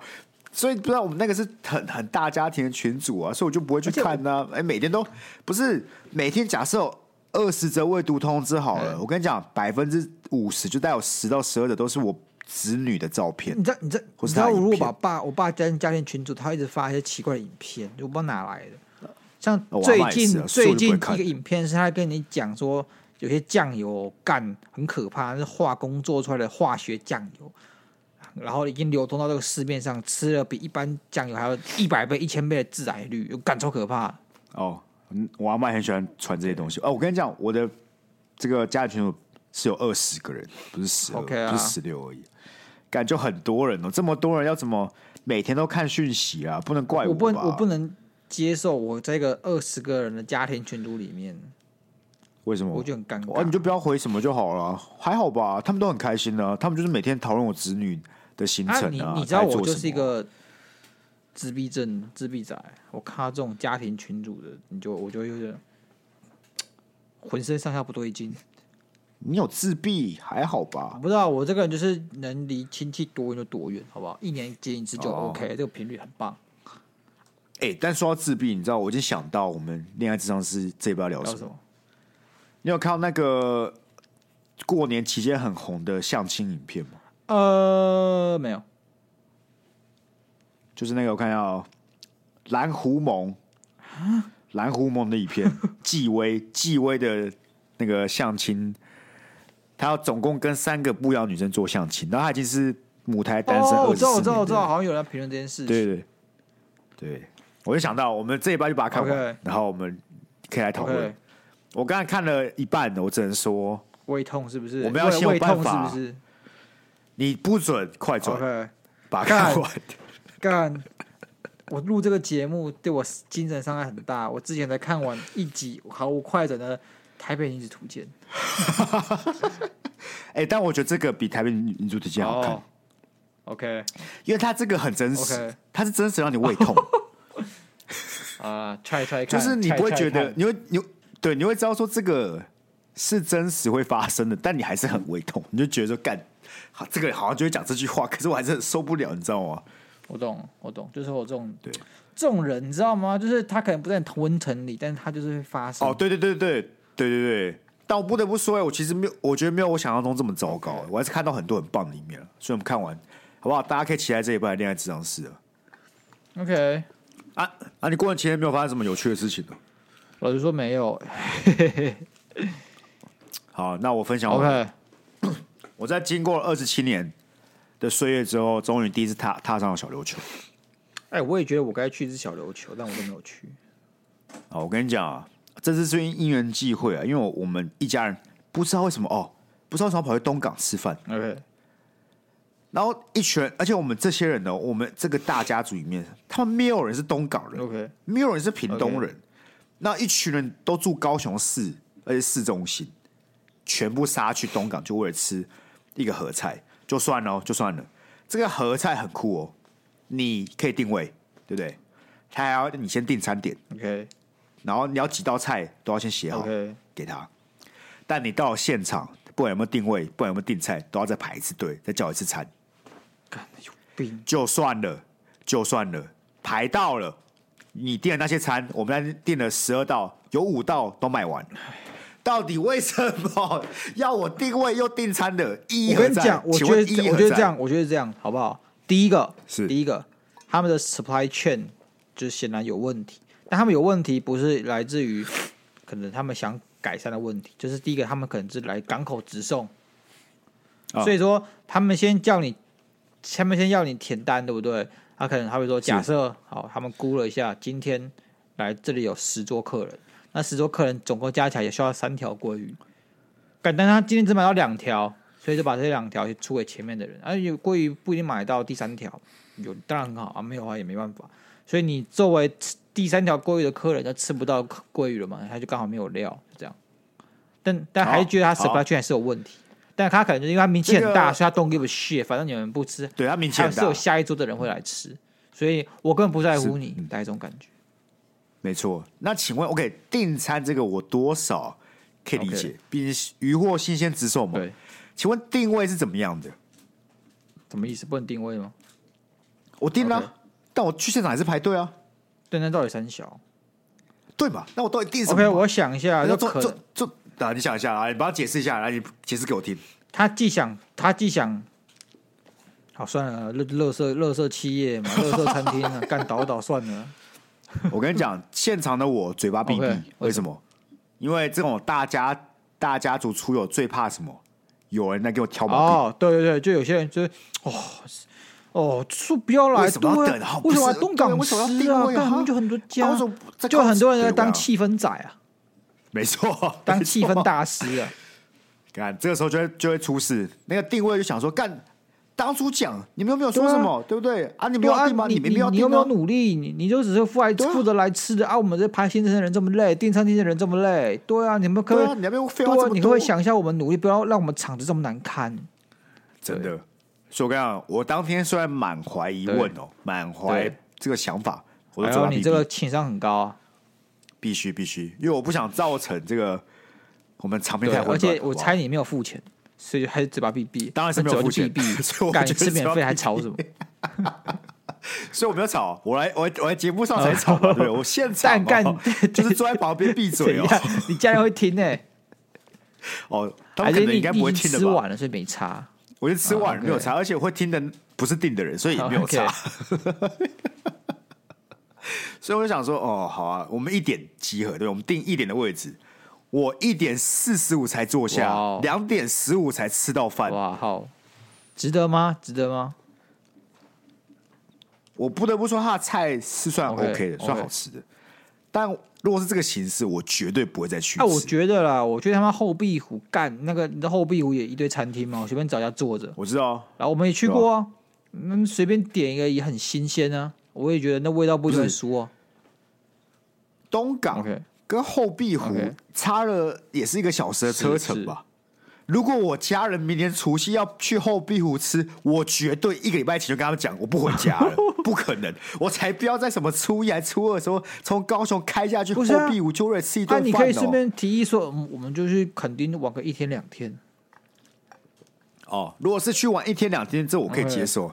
Speaker 1: 所以不知道我们那个是很很大家庭的群组啊，所以我就不会去看呢、哎、每天都不是每天，假设有二十则未读通知好了，
Speaker 2: 嗯
Speaker 1: 我跟你讲，百分之五十就带有十到十二的都是我子女的照片。
Speaker 2: 你知道，你知道，
Speaker 1: 或
Speaker 2: 你
Speaker 1: 是
Speaker 2: 知道，
Speaker 1: 他的
Speaker 2: 如果
Speaker 1: 影片
Speaker 2: 把爸我爸加进家庭群组，他会一直发一些奇怪的影片，就不知道哪来的。像
Speaker 1: 哦我阿
Speaker 2: 最
Speaker 1: 嬷也
Speaker 2: 近、
Speaker 1: 是啊所以
Speaker 2: 最
Speaker 1: 我就
Speaker 2: 近
Speaker 1: 不会看
Speaker 2: 一个影片是他跟你讲说，有些酱油干很可怕，是化工做出来的化学酱油，然后已经流通到这个市面上，吃了比一般酱油还要一百倍、一千倍的致癌率，感超可怕。
Speaker 1: 哦，嗯我阿妈很喜欢传这些东西。哦，我跟你讲，我的这个家庭群组是有二十个人，不是十
Speaker 2: OK 啊
Speaker 1: 不是十六而已，感觉很多人哦，这么多人要怎么每天都看讯息啊？不能怪
Speaker 2: 我不
Speaker 1: 吧？
Speaker 2: 能，我不能接受我这个二十个人的家庭群组里面，
Speaker 1: 为什么？
Speaker 2: 我就很尴
Speaker 1: 啊，你
Speaker 2: 尬。
Speaker 1: 就不要回什么就好了，还好吧？他们都很开心呢、他们就是每天讨论我子女的行程
Speaker 2: 啊，你你知
Speaker 1: 该
Speaker 2: 道
Speaker 1: 做
Speaker 2: 我就
Speaker 1: 什
Speaker 2: 是一
Speaker 1: 么
Speaker 2: 个自闭症、自闭仔，我看到这种家庭群组的，你就我就有点浑身上下不对劲。
Speaker 1: 你有自闭，还好
Speaker 2: 我
Speaker 1: 吧？
Speaker 2: 不知道我这个人就是能离亲戚多远就多远，好不好？一年见一次就
Speaker 1: 哦
Speaker 2: OK，、这个频率很棒。
Speaker 1: 哎、但说到自闭，你知道我已经想到我们恋爱智商是这一波要聊
Speaker 2: 还
Speaker 1: 哦什么？
Speaker 2: 有什么？
Speaker 1: 你有看到那个过年期间很红的相亲影片吗？
Speaker 2: 呃，没有。
Speaker 1: 就是那个我看到蓝狐獴，蓝狐獴的影
Speaker 2: [LAUGHS]
Speaker 1: 片，纪薇，纪薇的那个相亲，她要总共跟三个不一样的女生做相亲，然后她已经是母胎单身
Speaker 2: 哦，
Speaker 1: 二
Speaker 2: 我
Speaker 1: 十
Speaker 2: 知道，我
Speaker 1: 四
Speaker 2: 知道，我
Speaker 1: 年
Speaker 2: 知道，
Speaker 1: 的，
Speaker 2: 好像有人评论这件事情。
Speaker 1: 对对对对，我就想到我们这一半就把它看完
Speaker 2: OK
Speaker 1: 然后我们可以来讨论。
Speaker 2: OK，
Speaker 1: 我刚才看了一半，我只能说
Speaker 2: 胃痛是不是？
Speaker 1: 我们要先
Speaker 2: 胃
Speaker 1: 有
Speaker 2: 胃痛
Speaker 1: 办
Speaker 2: 是
Speaker 1: 法
Speaker 2: 不是
Speaker 1: 你不准快转
Speaker 2: ？OK，
Speaker 1: 把它看
Speaker 2: 干
Speaker 1: 完。
Speaker 2: 干！我录这个节目对我精神伤害很大。我之前才看完一集毫无快转的《台北女子图鉴
Speaker 1: 哎、但我觉得这个比台北女女主之》。间好看
Speaker 2: 哦，OK，
Speaker 1: 因为它这个很真实
Speaker 2: OK，
Speaker 1: 它是真实让你胃痛。
Speaker 2: 啊，try
Speaker 1: [LAUGHS]
Speaker 2: try 看，
Speaker 1: 就是你不会
Speaker 2: try- try
Speaker 1: 觉得
Speaker 2: 看，
Speaker 1: 你会你会对你会知道说这个是真实会发生的，但你还是很胃痛，你就觉得说干，好这个好像就会讲这句话，可是我还是很受不了，你知道吗？
Speaker 2: 我懂，我懂，就是我这种
Speaker 1: 对
Speaker 2: 这种人，你知道吗？就是他可能不在你同温层里，但是他就是会发生。
Speaker 1: 哦，对对对对对对对，但我不得不说、欸，我其实没有，我觉得没有我想象中这么糟糕、我还是看到很多很棒的一面了。所以我们看完好不好？大家可以期待这一半的恋爱智商室了。
Speaker 2: OK，
Speaker 1: 啊啊！你过年期间没有发生什么有趣的事情呢？
Speaker 2: 老实说没有。
Speaker 1: 好，那我分享我的
Speaker 2: OK，
Speaker 1: 我在经过二十七年的岁月之后，终于第一次踏踏上了小琉球。
Speaker 2: 哎，我也觉得我该去一只小琉球，但我都没有去。
Speaker 1: 啊，我跟你讲啊，这次是因缘际会啊，因为我我们一家人不知道为什么哦，不知道为什么跑去东港吃饭，
Speaker 2: OK，
Speaker 1: 然后一群人，而且我们这些人呢，我们这个大家族里面，他们没有人是东港人
Speaker 2: OK
Speaker 1: 没有人是屏东人那一群人都住高雄市，而且市中心，全部杀去东港，就为了吃一个合菜，就算了哦，就算了。这个合菜很酷哦，你可以定位，对不对？他还要你先订餐点，
Speaker 2: OK
Speaker 1: 然后你要几道菜都要先写好
Speaker 2: OK，
Speaker 1: 给他。但你到了现场，不管有没有定位，不管有没有订菜，都要再排一次队，再叫一次餐，
Speaker 2: 干有病。
Speaker 1: 就算了，就算了，排到了，你订的那些餐，我们那天订了十二道，有五道都卖完了。到底为什么要我定位又订餐的？一
Speaker 2: 我跟你讲，我觉得我觉得这样，我觉得这样好不好？第一个
Speaker 1: 是
Speaker 2: 第一个，他们的 supply chain 就是显然有问题，但他们有问题不是来自于可能他们想改善的问题，就是第一个他们可能是来港口直送，
Speaker 1: 啊
Speaker 2: 所以说他们先叫你，他们先要你填单，对不对？他、可能他会说，假设好，他们估了一下，今天来这里有十桌客人，那十桌客人总共加起来也需要三条鲑鱼，但但他今天只买到两条，所以就把这两条出给前面的人，而、啊、有鲑鱼不一定买到第三条，有当然很好啊，没有啊也没办法，所以你作为吃第三条鲑鱼的客人，他吃不到鲑鱼了嘛，他就刚好没有料，就这样。但但还是觉得他
Speaker 1: 好
Speaker 2: supply
Speaker 1: 好
Speaker 2: chain 还是有问题，但他可能就是因为他名气很大，
Speaker 1: 这个
Speaker 2: 所以他 don't give a shit，反正你们不吃，
Speaker 1: 对他名气
Speaker 2: 还
Speaker 1: 很
Speaker 2: 是
Speaker 1: 大
Speaker 2: 有，下一桌的人会来吃，所以我根本不在乎你，
Speaker 1: 嗯
Speaker 2: 大概这种感觉。
Speaker 1: 没错。那请问，OK，订餐这个我多少可以理
Speaker 2: OK
Speaker 1: 解，毕竟鱼货新鲜直送嘛。
Speaker 2: 对，
Speaker 1: 请问定位是怎么样的？
Speaker 2: 什么意思？不能定位吗？
Speaker 1: 我订了啊
Speaker 2: OK
Speaker 1: 但我去现场还是排队啊，
Speaker 2: 对，那到底三小
Speaker 1: 对嘛？那我到底订什么
Speaker 2: ？OK，我想一下，
Speaker 1: 那
Speaker 2: 就
Speaker 1: 做
Speaker 2: 可能
Speaker 1: 做做啊！你想一下啊，你帮我解释一下，来，你解释给我听。
Speaker 2: 他既想他既想，好算了，乐乐色乐色企业
Speaker 1: [LAUGHS]
Speaker 2: 嘛，乐色餐厅啊，干倒倒算了。
Speaker 1: 我跟你讲， [LAUGHS] 现场的我嘴巴闭闭
Speaker 2: OK，
Speaker 1: 为
Speaker 2: 为
Speaker 1: 什
Speaker 2: 什
Speaker 1: 么？因为这种大家大家族出游最怕什么？有人来给我挑毛病。
Speaker 2: 哦，对对对，就有些人就是哦哦，说不要来，
Speaker 1: 为什么要
Speaker 2: 对啊
Speaker 1: 等好
Speaker 2: 为什么
Speaker 1: 不
Speaker 2: 要
Speaker 1: 是
Speaker 2: 东港
Speaker 1: 对为什么
Speaker 2: 吃
Speaker 1: 要定
Speaker 2: 啊？
Speaker 1: 位啊
Speaker 2: 干
Speaker 1: 哈
Speaker 2: 嘛就很多
Speaker 1: 啊
Speaker 2: 家
Speaker 1: 为什么不在，
Speaker 2: 就很多人在
Speaker 1: 对
Speaker 2: 当
Speaker 1: 啊
Speaker 2: 气氛仔啊，
Speaker 1: 没错，[LAUGHS]
Speaker 2: 当
Speaker 1: 没
Speaker 2: 气
Speaker 1: 错
Speaker 2: 氛。大师啊。
Speaker 1: 干，这个时候就会就会出事。那个定位就想说，干当初讲你们又没有说什么，对不对？啊，你们
Speaker 2: 对
Speaker 1: 有
Speaker 2: 啊，
Speaker 1: 订吗？
Speaker 2: 你
Speaker 1: 们没有
Speaker 2: 你有
Speaker 1: 订
Speaker 2: 没有
Speaker 1: 吗？
Speaker 2: 努力？你你就只是负来
Speaker 1: 对啊
Speaker 2: 负责来吃的啊！我们这拍新生的人这么累，订餐厅的人这么累，对啊，你们可不
Speaker 1: 对
Speaker 2: 可以
Speaker 1: 啊，你还没有废
Speaker 2: 对
Speaker 1: 话
Speaker 2: 啊
Speaker 1: 这，么
Speaker 2: 你可不
Speaker 1: 多
Speaker 2: 可以，想一下我们努力，不要让我们场子这么难堪。
Speaker 1: 真的。所以我跟你讲，我当天虽然满怀疑问哦，满怀
Speaker 2: 对
Speaker 1: 这个想法，我
Speaker 2: 还
Speaker 1: 就走
Speaker 2: 有
Speaker 1: 到
Speaker 2: 你
Speaker 1: B
Speaker 2: 这个
Speaker 1: B，
Speaker 2: 情商很高啊，
Speaker 1: 必须必须，因为我不想造成这个我们场面
Speaker 2: 对，
Speaker 1: 太混
Speaker 2: 而
Speaker 1: 乱。
Speaker 2: 且
Speaker 1: 好
Speaker 2: 我
Speaker 1: 不好
Speaker 2: 猜你没有付钱，所以还是嘴巴闭闭。
Speaker 1: 当然是没有付钱 [LAUGHS]
Speaker 2: 嘴巴闭
Speaker 1: 所以
Speaker 2: 闭，
Speaker 1: 我
Speaker 2: 敢
Speaker 1: 觉得
Speaker 2: 吃免
Speaker 1: 嘴
Speaker 2: 费
Speaker 1: 巴
Speaker 2: 还
Speaker 1: 闭
Speaker 2: 吵什么？
Speaker 1: [LAUGHS] 所以我没有吵，我来，我来我来节目上才吵
Speaker 2: [LAUGHS]
Speaker 1: 嘛，对不对，我现场
Speaker 2: 但干
Speaker 1: 哦就是坐在旁边闭
Speaker 2: 怎
Speaker 1: 嘴
Speaker 2: [LAUGHS] 样
Speaker 1: 哦，？
Speaker 2: 你家人会听呢？
Speaker 1: 哦， [LAUGHS] 他
Speaker 2: 还
Speaker 1: 们可
Speaker 2: 是
Speaker 1: 能
Speaker 2: 你
Speaker 1: 应该不会
Speaker 2: 你已经
Speaker 1: 听的
Speaker 2: 吃
Speaker 1: 吧？
Speaker 2: 完了，所以没差。
Speaker 1: 我就吃完
Speaker 2: 啊
Speaker 1: 了
Speaker 2: ，OK
Speaker 1: 没有差，而且会听的不是定的人，所以也没有差。所以我就想说，哦，好啊，我们一点集合，对，我们定一点的位置。我一点四十五才坐
Speaker 2: 哇
Speaker 1: 下
Speaker 2: 哦，
Speaker 1: 两点十五才吃到饭。
Speaker 2: 哇，好，值得吗？值得吗？
Speaker 1: 我不得不说，他的菜是算
Speaker 2: OK，
Speaker 1: OK 的，
Speaker 2: OK
Speaker 1: 算好吃的。但如果是这个形式，我绝对不会再去
Speaker 2: 啊，我
Speaker 1: 吃。
Speaker 2: 觉得啦，我觉得他妈后壁湖干那个，你知道后壁湖也一堆餐厅嘛，我随便找一家坐着，
Speaker 1: 我知道，
Speaker 2: 然后我们也去过啊，嗯，随便点一个也很新鲜啊，我也觉得那味道不一定
Speaker 1: 不 [CLEARS THROAT]
Speaker 2: 会
Speaker 1: 是
Speaker 2: 输哦。
Speaker 1: 东港
Speaker 2: OK，
Speaker 1: 跟后壁湖
Speaker 2: OK
Speaker 1: 差了也是一个小时的车程吧。如果我家人明天除夕要去后壁湖吃，我绝对一个礼拜前就跟他们讲，我不回家
Speaker 2: [LAUGHS]
Speaker 1: 了，不可能，我才不要在什么初一还初二的时候从高雄开下去后
Speaker 2: 不是啊
Speaker 1: 壁湖就为了吃一
Speaker 2: 那、
Speaker 1: 顿
Speaker 2: 你
Speaker 1: 饭
Speaker 2: 可以顺
Speaker 1: 哦。
Speaker 2: 便提议说，嗯，我们就去垦丁玩个一天两天。
Speaker 1: 哦，如果是去玩一天两天，这我可以
Speaker 2: OK
Speaker 1: 接受。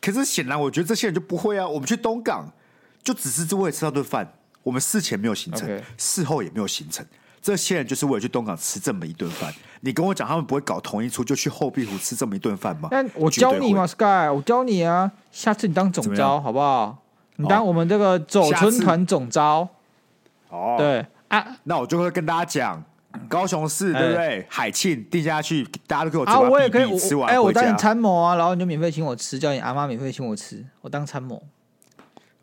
Speaker 1: 可是显然，我觉得这些人就不会啊。我们去东港就只是为了吃到顿饭，我们事前没有行程
Speaker 2: OK
Speaker 1: 事后也没有行程。这些人就是为了去东港吃这么一顿饭。你跟我讲，他们不会搞同一出就去后壁湖吃这么一顿饭吗？
Speaker 2: 但我
Speaker 1: 绝对
Speaker 2: 教你嘛
Speaker 1: 啊会，
Speaker 2: ，Sky，我教你啊，下次你当
Speaker 1: 怎
Speaker 2: 总
Speaker 1: 么
Speaker 2: 招
Speaker 1: 样哦
Speaker 2: 好不好？你当我们这个走
Speaker 1: 下
Speaker 2: 春
Speaker 1: 次
Speaker 2: 团总招，
Speaker 1: 哦，
Speaker 2: 对啊
Speaker 1: 那我就会跟大家讲，高雄市对不对？海庆定下去，大家都给我嘴
Speaker 2: 啊，
Speaker 1: 巴
Speaker 2: 哎我也
Speaker 1: 闭
Speaker 2: 可以，
Speaker 1: 闭
Speaker 2: 我
Speaker 1: 吃
Speaker 2: 哎、
Speaker 1: 完
Speaker 2: 我
Speaker 1: 回
Speaker 2: 当你
Speaker 1: 家。
Speaker 2: 参谋啊，然后你就免费请我吃，叫你阿妈免费请我吃，我当参谋。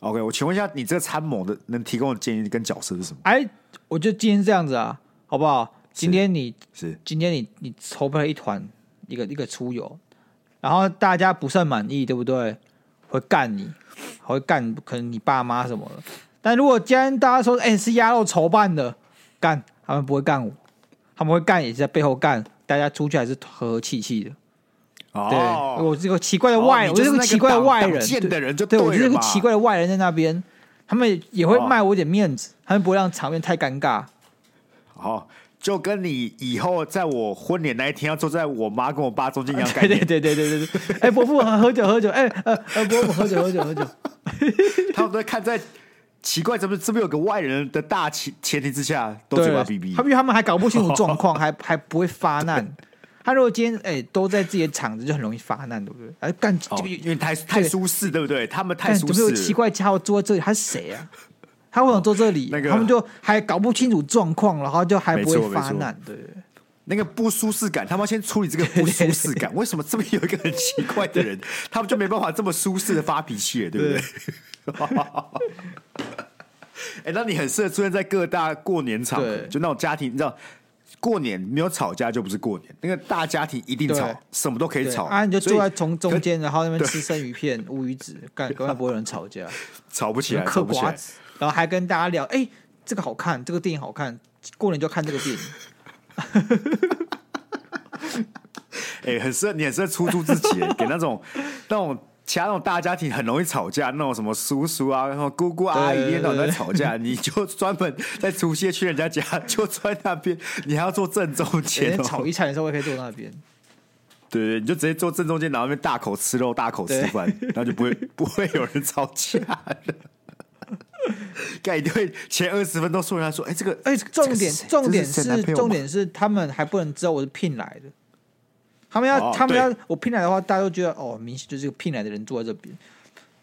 Speaker 1: OK，我请问一下，你这个参谋的能提供的建议跟角色是什么？
Speaker 2: 哎，我就今天是这样子啊，好不好？今天你
Speaker 1: 是
Speaker 2: 今天你你筹备了一团一个一个出游，然后大家不甚满意，对不对？会干你，还会干可能你爸妈什么的。但如果今天大家说，哎、是鸭肉筹办的，干他们不会干我，他们会干也是在背后干，大家出去还是和和气气的。对，
Speaker 1: 哦，
Speaker 2: 我这个奇怪的
Speaker 1: 哦
Speaker 2: 外，
Speaker 1: 你
Speaker 2: 我
Speaker 1: 就是是
Speaker 2: 个
Speaker 1: 那
Speaker 2: 奇
Speaker 1: 个
Speaker 2: 怪的
Speaker 1: 挡
Speaker 2: 外
Speaker 1: 挡
Speaker 2: 人，
Speaker 1: 箭的人就
Speaker 2: 对我
Speaker 1: 对
Speaker 2: 就是
Speaker 1: 了
Speaker 2: 个
Speaker 1: 嘛
Speaker 2: 奇怪的外人在那边，他们也会
Speaker 1: 哦
Speaker 2: 卖我一点面子，他们不会让场面太尴尬。
Speaker 1: 好，哦就跟你以后在我婚礼那一天要坐在我妈跟我爸中间一样概
Speaker 2: [LAUGHS] 对
Speaker 1: 念，
Speaker 2: 对对对对对对，哎，伯父喝酒喝酒，哎呃呃，伯母喝酒喝酒喝酒，
Speaker 1: 他们都会看在奇怪，怎么这边有个外人的大前前提之下， [LAUGHS] 都
Speaker 2: 对，
Speaker 1: 嘴巴闭闭
Speaker 2: 他。们因为他们还搞不清楚状
Speaker 1: [LAUGHS]
Speaker 2: 况，还还不会发难。他如果今天哎都在自己的场子，就很容易发难，对不对？哎，干这
Speaker 1: 哦，
Speaker 2: 个
Speaker 1: 因为太太舒适，对不对？他们太
Speaker 2: 干
Speaker 1: 舒
Speaker 2: 怎么
Speaker 1: 适
Speaker 2: 有奇
Speaker 1: 了，
Speaker 2: 怪家伙坐在这里？他是谁啊？他为什么坐这里？
Speaker 1: 那个
Speaker 2: 他们就还搞不清楚状况，然后就还
Speaker 1: 没
Speaker 2: 不
Speaker 1: 错
Speaker 2: 会
Speaker 1: 没
Speaker 2: 发
Speaker 1: 错
Speaker 2: 难，对对。对
Speaker 1: 那个不舒适感，他们要先处理这个不舒适
Speaker 2: [LAUGHS]
Speaker 1: 感。为什么这边有一个很奇怪的人，他们就没办法这么舒适的发脾气了，对不对？ [LAUGHS] 哎、那你很适合出现在各大过年场合
Speaker 2: 对，
Speaker 1: 就那种家庭，你知道，过年没有吵架就不是过年，那个大家庭一定
Speaker 2: 对
Speaker 1: 吵，什么都可以
Speaker 2: 对
Speaker 1: 吵
Speaker 2: 啊！你就
Speaker 1: 所以
Speaker 2: 坐在从中间，然后那边吃生鱼片、乌鱼子，干根本不会有人吵架，
Speaker 1: 吵不起来，
Speaker 2: 嗑
Speaker 1: 吵不起
Speaker 2: 瓜
Speaker 1: 来。
Speaker 2: 子，啊然后还跟大家聊，哎，这个好看，这个电影好看，过年就看这个电
Speaker 1: [LAUGHS]
Speaker 2: 影。
Speaker 1: 哎、很适合你，很适合出租自己，给那种那种其他那种大家庭很容易吵架，那种什么叔叔啊，然后姑姑阿
Speaker 2: 对
Speaker 1: 姨
Speaker 2: 对对
Speaker 1: 那种在吵架，你就专门在除夕夜去人家家，就坐在那边，你还要坐正中
Speaker 2: 人
Speaker 1: 间、
Speaker 2: 家
Speaker 1: 哦，
Speaker 2: 吵一餐的时候，我也可以坐那边。
Speaker 1: 对对，你就直接坐正中间，然后那边大口吃肉，大口吃饭，然后就
Speaker 2: [LAUGHS]
Speaker 1: 不会不会有人吵架的。盖一定会前二十分钟说人家说，哎、这个
Speaker 2: 哎，
Speaker 1: 这个
Speaker 2: 重
Speaker 1: 这个
Speaker 2: 点
Speaker 1: 谁
Speaker 2: 重
Speaker 1: 这
Speaker 2: 点
Speaker 1: 谁男
Speaker 2: 是
Speaker 1: 朋友
Speaker 2: 重
Speaker 1: 吗
Speaker 2: 点是他们还不能知道我是聘来的，他们要、
Speaker 1: 哦
Speaker 2: 他们
Speaker 1: 对
Speaker 2: 要我聘来的话，大家都觉得哦，明显就是个聘来的人坐在这边。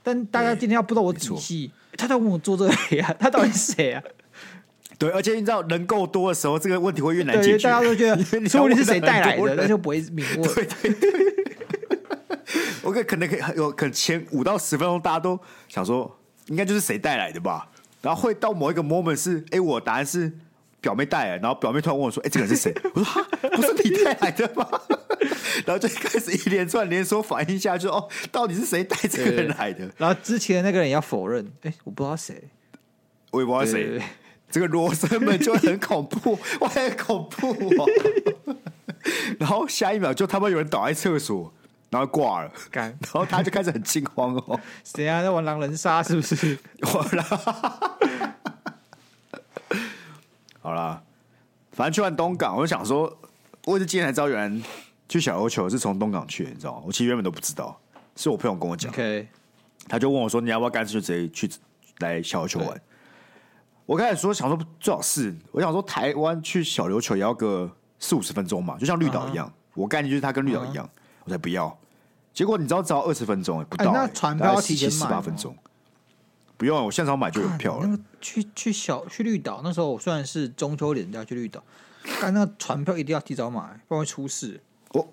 Speaker 2: 但大家
Speaker 1: 对
Speaker 2: 今天要不知道我
Speaker 1: 没错
Speaker 2: 底细，他到底问我坐这里啊？他到底
Speaker 1: [LAUGHS]
Speaker 2: 是谁啊？
Speaker 1: 对，而且你知道人够多的时候，这个问题会越难
Speaker 2: 对，
Speaker 1: 解
Speaker 2: 因为
Speaker 1: 决。
Speaker 2: 大家都
Speaker 1: [LAUGHS]
Speaker 2: 觉
Speaker 1: 因为
Speaker 2: 得，
Speaker 1: 你
Speaker 2: 说不定是
Speaker 1: 要问很
Speaker 2: 谁带来
Speaker 1: 多
Speaker 2: 的，
Speaker 1: 人
Speaker 2: 那就不会
Speaker 1: [LAUGHS]
Speaker 2: 明问。
Speaker 1: 我可可能可以有可能前五到十分钟，大家都想说应该就是谁带来的吧，然后会到某一个 moment 是，哎、我答案是 [LAUGHS] 表妹带来的，然后表妹突然问我说，哎、这个人是谁？我说哈，不是你带来的吗？ [LAUGHS] 然后就开始一连串连锁反应下去，哦，到底是谁带这个人来的？
Speaker 2: 然后之前那个人也要否认，哎、我不知道谁，
Speaker 1: 我也不知道
Speaker 2: 对对
Speaker 1: 谁
Speaker 2: 对，
Speaker 1: 这个罗生门就很恐怖， [LAUGHS] 哇，很恐怖哦。 [LAUGHS] 然后下一秒就他妈有人倒在厕所，然后挂了，
Speaker 2: 干
Speaker 1: 然后他就开始很惊慌哦，
Speaker 2: 谁啊？在玩狼人杀是不是？
Speaker 1: 我啦，好啦，反正去完东港，我就想说，我是今天才知道，原来去小琉球是从东港去的，你知道吗？我其实原本都不知道，是我朋友跟我讲，
Speaker 2: OK，
Speaker 1: 他就问我说：“你要不要干脆就直接去来小琉球玩？”我开始说想说最好是，我想说台湾去小琉球也要个四五十分钟嘛，就像绿岛一
Speaker 2: 嗯
Speaker 1: 样。我概念就是它跟绿岛一样我才不要。结果你知道只要二十分钟、不到、
Speaker 2: 哎那
Speaker 1: 欸
Speaker 2: 船
Speaker 1: 大概
Speaker 2: 票要提前
Speaker 1: 十
Speaker 2: 买
Speaker 1: 八
Speaker 2: 吗
Speaker 1: 分钟。不用，啊我现场买就有票了
Speaker 2: 啊那。个去去小去绿岛，那时候我虽然是中秋连假去绿岛，但那个船票一定要提早买，不然会出事。
Speaker 1: 我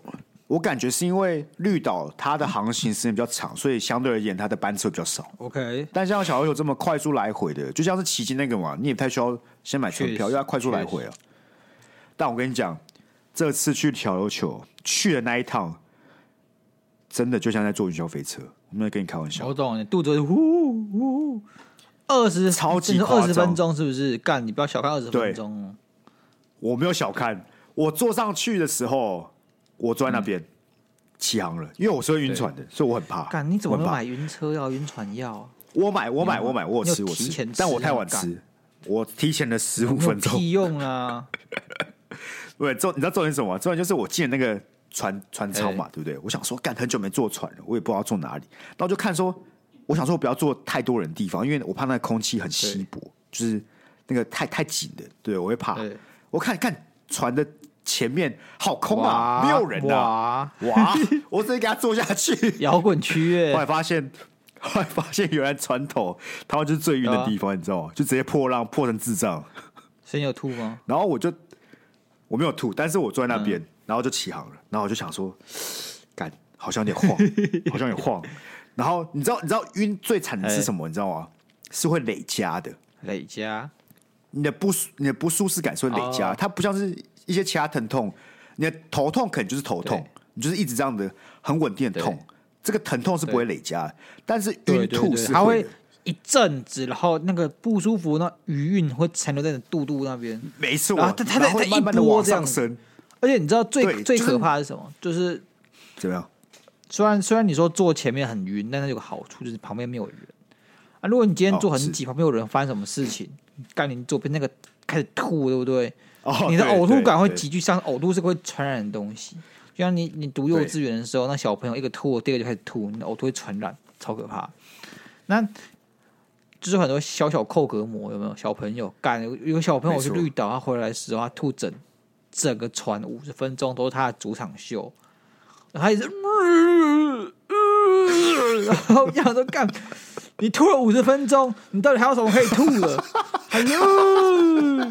Speaker 1: 我感觉是因为绿岛它的航行时间比较长，所以相对而言它的班车比较少。
Speaker 2: OK，
Speaker 1: 但像小琉球这么快速来回的，就像是骑机那个嘛，你也不太需要先买船
Speaker 2: 确
Speaker 1: 票，
Speaker 2: 实
Speaker 1: 因为它快速来回啊。但我跟你讲，这次去小琉球去的那一趟，真的就像在坐云霄飞车，我没有跟你开玩笑。
Speaker 2: 我懂了，肚子呼呼，二十
Speaker 1: 超级夸张
Speaker 2: 二十分钟是不是？干，你不要小看二十
Speaker 1: 对
Speaker 2: 分钟哦。
Speaker 1: 我没有小看，我坐上去的时候，我坐在那边
Speaker 2: 嗯
Speaker 1: 起航了，因为我是会晕船的，所以我很怕。
Speaker 2: 干，你怎么
Speaker 1: 我
Speaker 2: 没
Speaker 1: 很
Speaker 2: 有
Speaker 1: 怕
Speaker 2: 买晕车药、晕船药啊？
Speaker 1: 我买，我买，我买，我有
Speaker 2: 你有
Speaker 1: 吃，我
Speaker 2: 提前吃
Speaker 1: 但我太晚
Speaker 2: 干
Speaker 1: 吃，我提前了十五
Speaker 2: 没有
Speaker 1: 分钟。
Speaker 2: 屁
Speaker 1: [LAUGHS]
Speaker 2: 用啊！
Speaker 1: 对，重你知道重点是什么吗？重点就是我进了那个船船舱
Speaker 2: 哎
Speaker 1: 嘛，对不对？我想说，干很久没坐船了，我也不知道坐哪里，然后就看说，我想说我不要坐太多人的地方，因为我怕那个空气很稀薄，就是那个太太紧的，对我会怕
Speaker 2: 对。
Speaker 1: 我看看船的前面好空啊，没有人啊，
Speaker 2: 哇，
Speaker 1: 哇！我直接给他坐下
Speaker 2: [LAUGHS]
Speaker 1: 去。
Speaker 2: 摇
Speaker 1: [LAUGHS]
Speaker 2: 滚区
Speaker 1: 后
Speaker 2: 哎
Speaker 1: 来，发现，后来发现原来船头他们就是最晕的地方，你知道吗？就直接破浪破成智障。
Speaker 2: 谁有吐吗？
Speaker 1: 然后我就我没有吐，但是我坐在那边，
Speaker 2: 嗯
Speaker 1: 然后就起航了。然后我就想说，干，好像有点晃， [LAUGHS] 好像有点晃。然后你知道，你知道晕最惨
Speaker 2: 哎
Speaker 1: 的是什么？你知道吗？是会累加的，
Speaker 2: 累加
Speaker 1: 你的不舒你的不舒适感是会累加，
Speaker 2: 哦
Speaker 1: 它不像是一些其他疼痛，你的头痛可能就是头痛
Speaker 2: 对，
Speaker 1: 你就是一直这样的很稳定的痛
Speaker 2: 对，
Speaker 1: 这个疼痛是不会累加的，但是
Speaker 2: 对
Speaker 1: 晕
Speaker 2: 对
Speaker 1: 吐
Speaker 2: 对，
Speaker 1: 是
Speaker 2: 它
Speaker 1: 会
Speaker 2: 会
Speaker 1: 的。
Speaker 2: 一阵子，然后那个不舒服，那余韵会残留在你的肚肚那边。
Speaker 1: 没错，
Speaker 2: 啊它它
Speaker 1: 然后
Speaker 2: 它一
Speaker 1: 慢慢的
Speaker 2: 波
Speaker 1: 往
Speaker 2: 这
Speaker 1: 上
Speaker 2: 样子
Speaker 1: 升，
Speaker 2: 而且你知道
Speaker 1: 对
Speaker 2: 最最
Speaker 1: 就是
Speaker 2: 可怕的是什么？就是
Speaker 1: 怎么样？
Speaker 2: 虽然虽然你说坐前面很晕，但是有个好处就是旁边没有人啊。如果你今
Speaker 1: 哦
Speaker 2: 天坐很挤，旁边有人发生什么事情，干你左边那个开始吐，对不对？
Speaker 1: 哦
Speaker 2: 你的
Speaker 1: 对
Speaker 2: 呕吐
Speaker 1: 对
Speaker 2: 感会
Speaker 1: 对
Speaker 2: 急剧上，呕吐是个会传染的东西。就像你你读幼稚园的时候，那小朋友一个吐，第二个就开始吐，你的呕吐会传染，超可怕。那就是很多小小扣隔膜，有没有？小朋友干有有小朋友去
Speaker 1: 没错
Speaker 2: 绿岛，他回来的时候他吐整整个船五十分钟都是他的主场秀，然后他一直， [LAUGHS] 然后我想说干，你吐了五十分钟，你到底还有什么可以吐的？ [LAUGHS] 还有，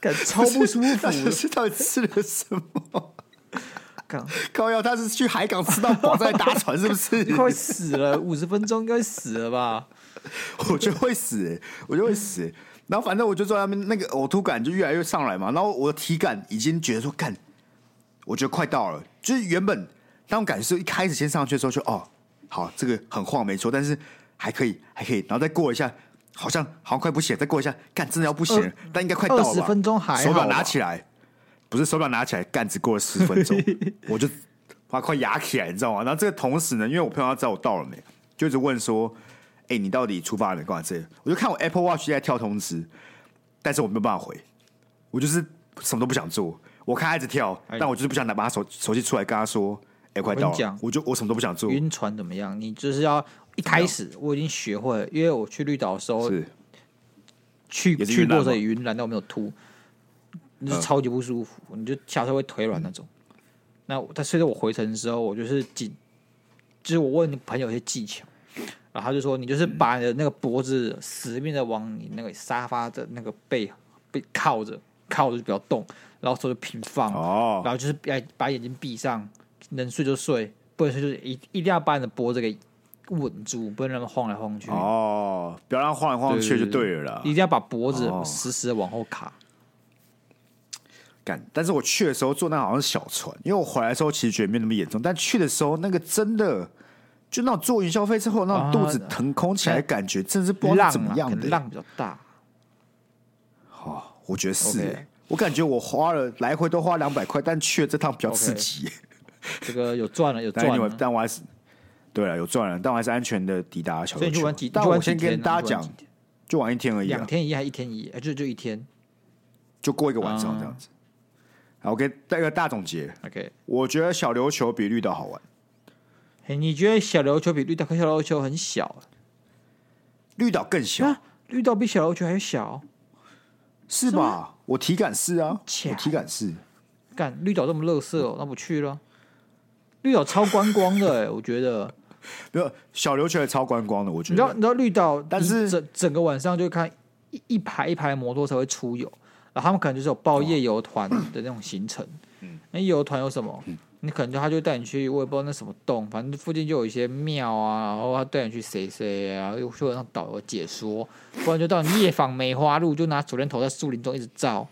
Speaker 2: 感超不舒服
Speaker 1: [LAUGHS] 到，底是到底吃了什么？ [LAUGHS]
Speaker 2: 感
Speaker 1: 高瑶他是去海港吃到饱再来搭船，是不 [LAUGHS]
Speaker 2: 快
Speaker 1: 是？
Speaker 2: 死了， [LAUGHS] 五十分钟应该死了吧？
Speaker 1: [LAUGHS] 我觉得会死、欸，我觉得会死、欸。然后反正我就坐在那边，那个呕吐感就越来越上来嘛。然后我的体感已经觉得说，干，我觉得快到了。就是原本当我感受一开始先上去的时候就，哦，好，这个很晃没错，但是还可以，还可以。然后再过一下，好像好像快不行了，再过一下，干，真的要不行了，但应该快到了吧。
Speaker 2: 20分钟还好吧
Speaker 1: 手表拿起来，不是手表拿起来，干只过了十分钟，我就哇快压起来，你知道吗？然后这个同时呢，因为我朋友他知道我到了没，就一直问说：“哎、你到底出发了没？干嘛这？”我就看我 Apple Watch 在跳通知，但是我没有办法回，我就是什么都不想做。我看他一直跳，
Speaker 2: 哎
Speaker 1: 但我就是不想拿把他手手机出来跟他说：“哎、快
Speaker 2: 我跟
Speaker 1: 到
Speaker 2: 你
Speaker 1: 了
Speaker 2: 讲！”
Speaker 1: 我就我什么都不想做，
Speaker 2: 晕船怎么样？你就是要一开始我已经学会了，因为我去绿岛的时候
Speaker 1: 是
Speaker 2: 去
Speaker 1: 也是
Speaker 2: 去
Speaker 1: 晕染
Speaker 2: 过
Speaker 1: 吗
Speaker 2: 这里晕染，但我没有吐，你
Speaker 1: 嗯
Speaker 2: 就是超级不舒服，你就下车会腿软那种。那我但随着我回程的时候，我就是紧，就是我问朋友一些技巧，然后他就说你就是把你的那个脖子死命的往你那个沙发的那个背背靠着，靠着就不要动，然后手就平放，
Speaker 1: 哦
Speaker 2: 然后就是把把眼睛闭上，能睡就睡，不能睡就是一一定要把你的脖子给稳住，不能让它晃来晃去。
Speaker 1: 哦，不要让它晃来晃去就对了啦
Speaker 2: 一。定要把脖子
Speaker 1: 哦
Speaker 2: 死死的往后卡。
Speaker 1: 干，但是我去的时候坐那好像是小船，因为我回来的时候其实觉得没那么严重，但去的时候那个真的就那种坐云霄飞车后那种肚子
Speaker 2: 啊
Speaker 1: 腾空起来，感觉真的是不知道
Speaker 2: 浪
Speaker 1: 是怎么
Speaker 2: 啊
Speaker 1: 样
Speaker 2: 可
Speaker 1: 的
Speaker 2: 能。浪比较大，
Speaker 1: 哦，我觉得是、
Speaker 2: OK
Speaker 1: 欸我感觉我花了来回都花两百块，但去了这趟比较
Speaker 2: OK
Speaker 1: 刺激、 [LAUGHS]
Speaker 2: 这个有赚了有
Speaker 1: 但
Speaker 2: 赚
Speaker 1: 你们
Speaker 2: 了，
Speaker 1: 但我还是对啊了有赚了，但我还是安全的抵达小
Speaker 2: 所
Speaker 1: 琉
Speaker 2: 以你去
Speaker 1: 球
Speaker 2: 玩几？。
Speaker 1: 但
Speaker 2: 你去玩
Speaker 1: 我
Speaker 2: 几
Speaker 1: 先
Speaker 2: 天
Speaker 1: 跟
Speaker 2: 啊
Speaker 1: 大家
Speaker 2: 你去玩几
Speaker 1: 讲，就玩一天而已、啊，
Speaker 2: 两天一夜还一天一夜，呃就就一天。
Speaker 1: 就过一个晚上这样子。
Speaker 2: 啊
Speaker 1: 好，我给带个大总结，
Speaker 2: OK，
Speaker 1: 我觉得小琉球比绿岛好玩。
Speaker 2: 嘿，你觉得小琉球比绿岛？可小琉球很小
Speaker 1: 绿岛更小，
Speaker 2: 啊，绿岛比小琉球还小。
Speaker 1: 是吧？我体感是啊，
Speaker 2: 假
Speaker 1: 我体感是。
Speaker 2: 干，绿岛这么乐色哦，那不去了。绿岛超观光的哎、我觉得。
Speaker 1: 没有小琉球也超观光的，我觉
Speaker 2: 你知道，
Speaker 1: 得
Speaker 2: 你知道绿岛，
Speaker 1: 但
Speaker 2: 你
Speaker 1: 是
Speaker 2: 整整个晚上就会看一一排一排摩托车会出游，然后他们可能就是有报夜游团的那种行程。哦嗯，那夜游团有什么？你可能就他就带你去，我也不知道那什么洞，反正附近就有一些庙啊，然后他带你去谁谁啊，又会让导游解说，不然就到你夜访梅花鹿，就拿手电筒在树林中一直照。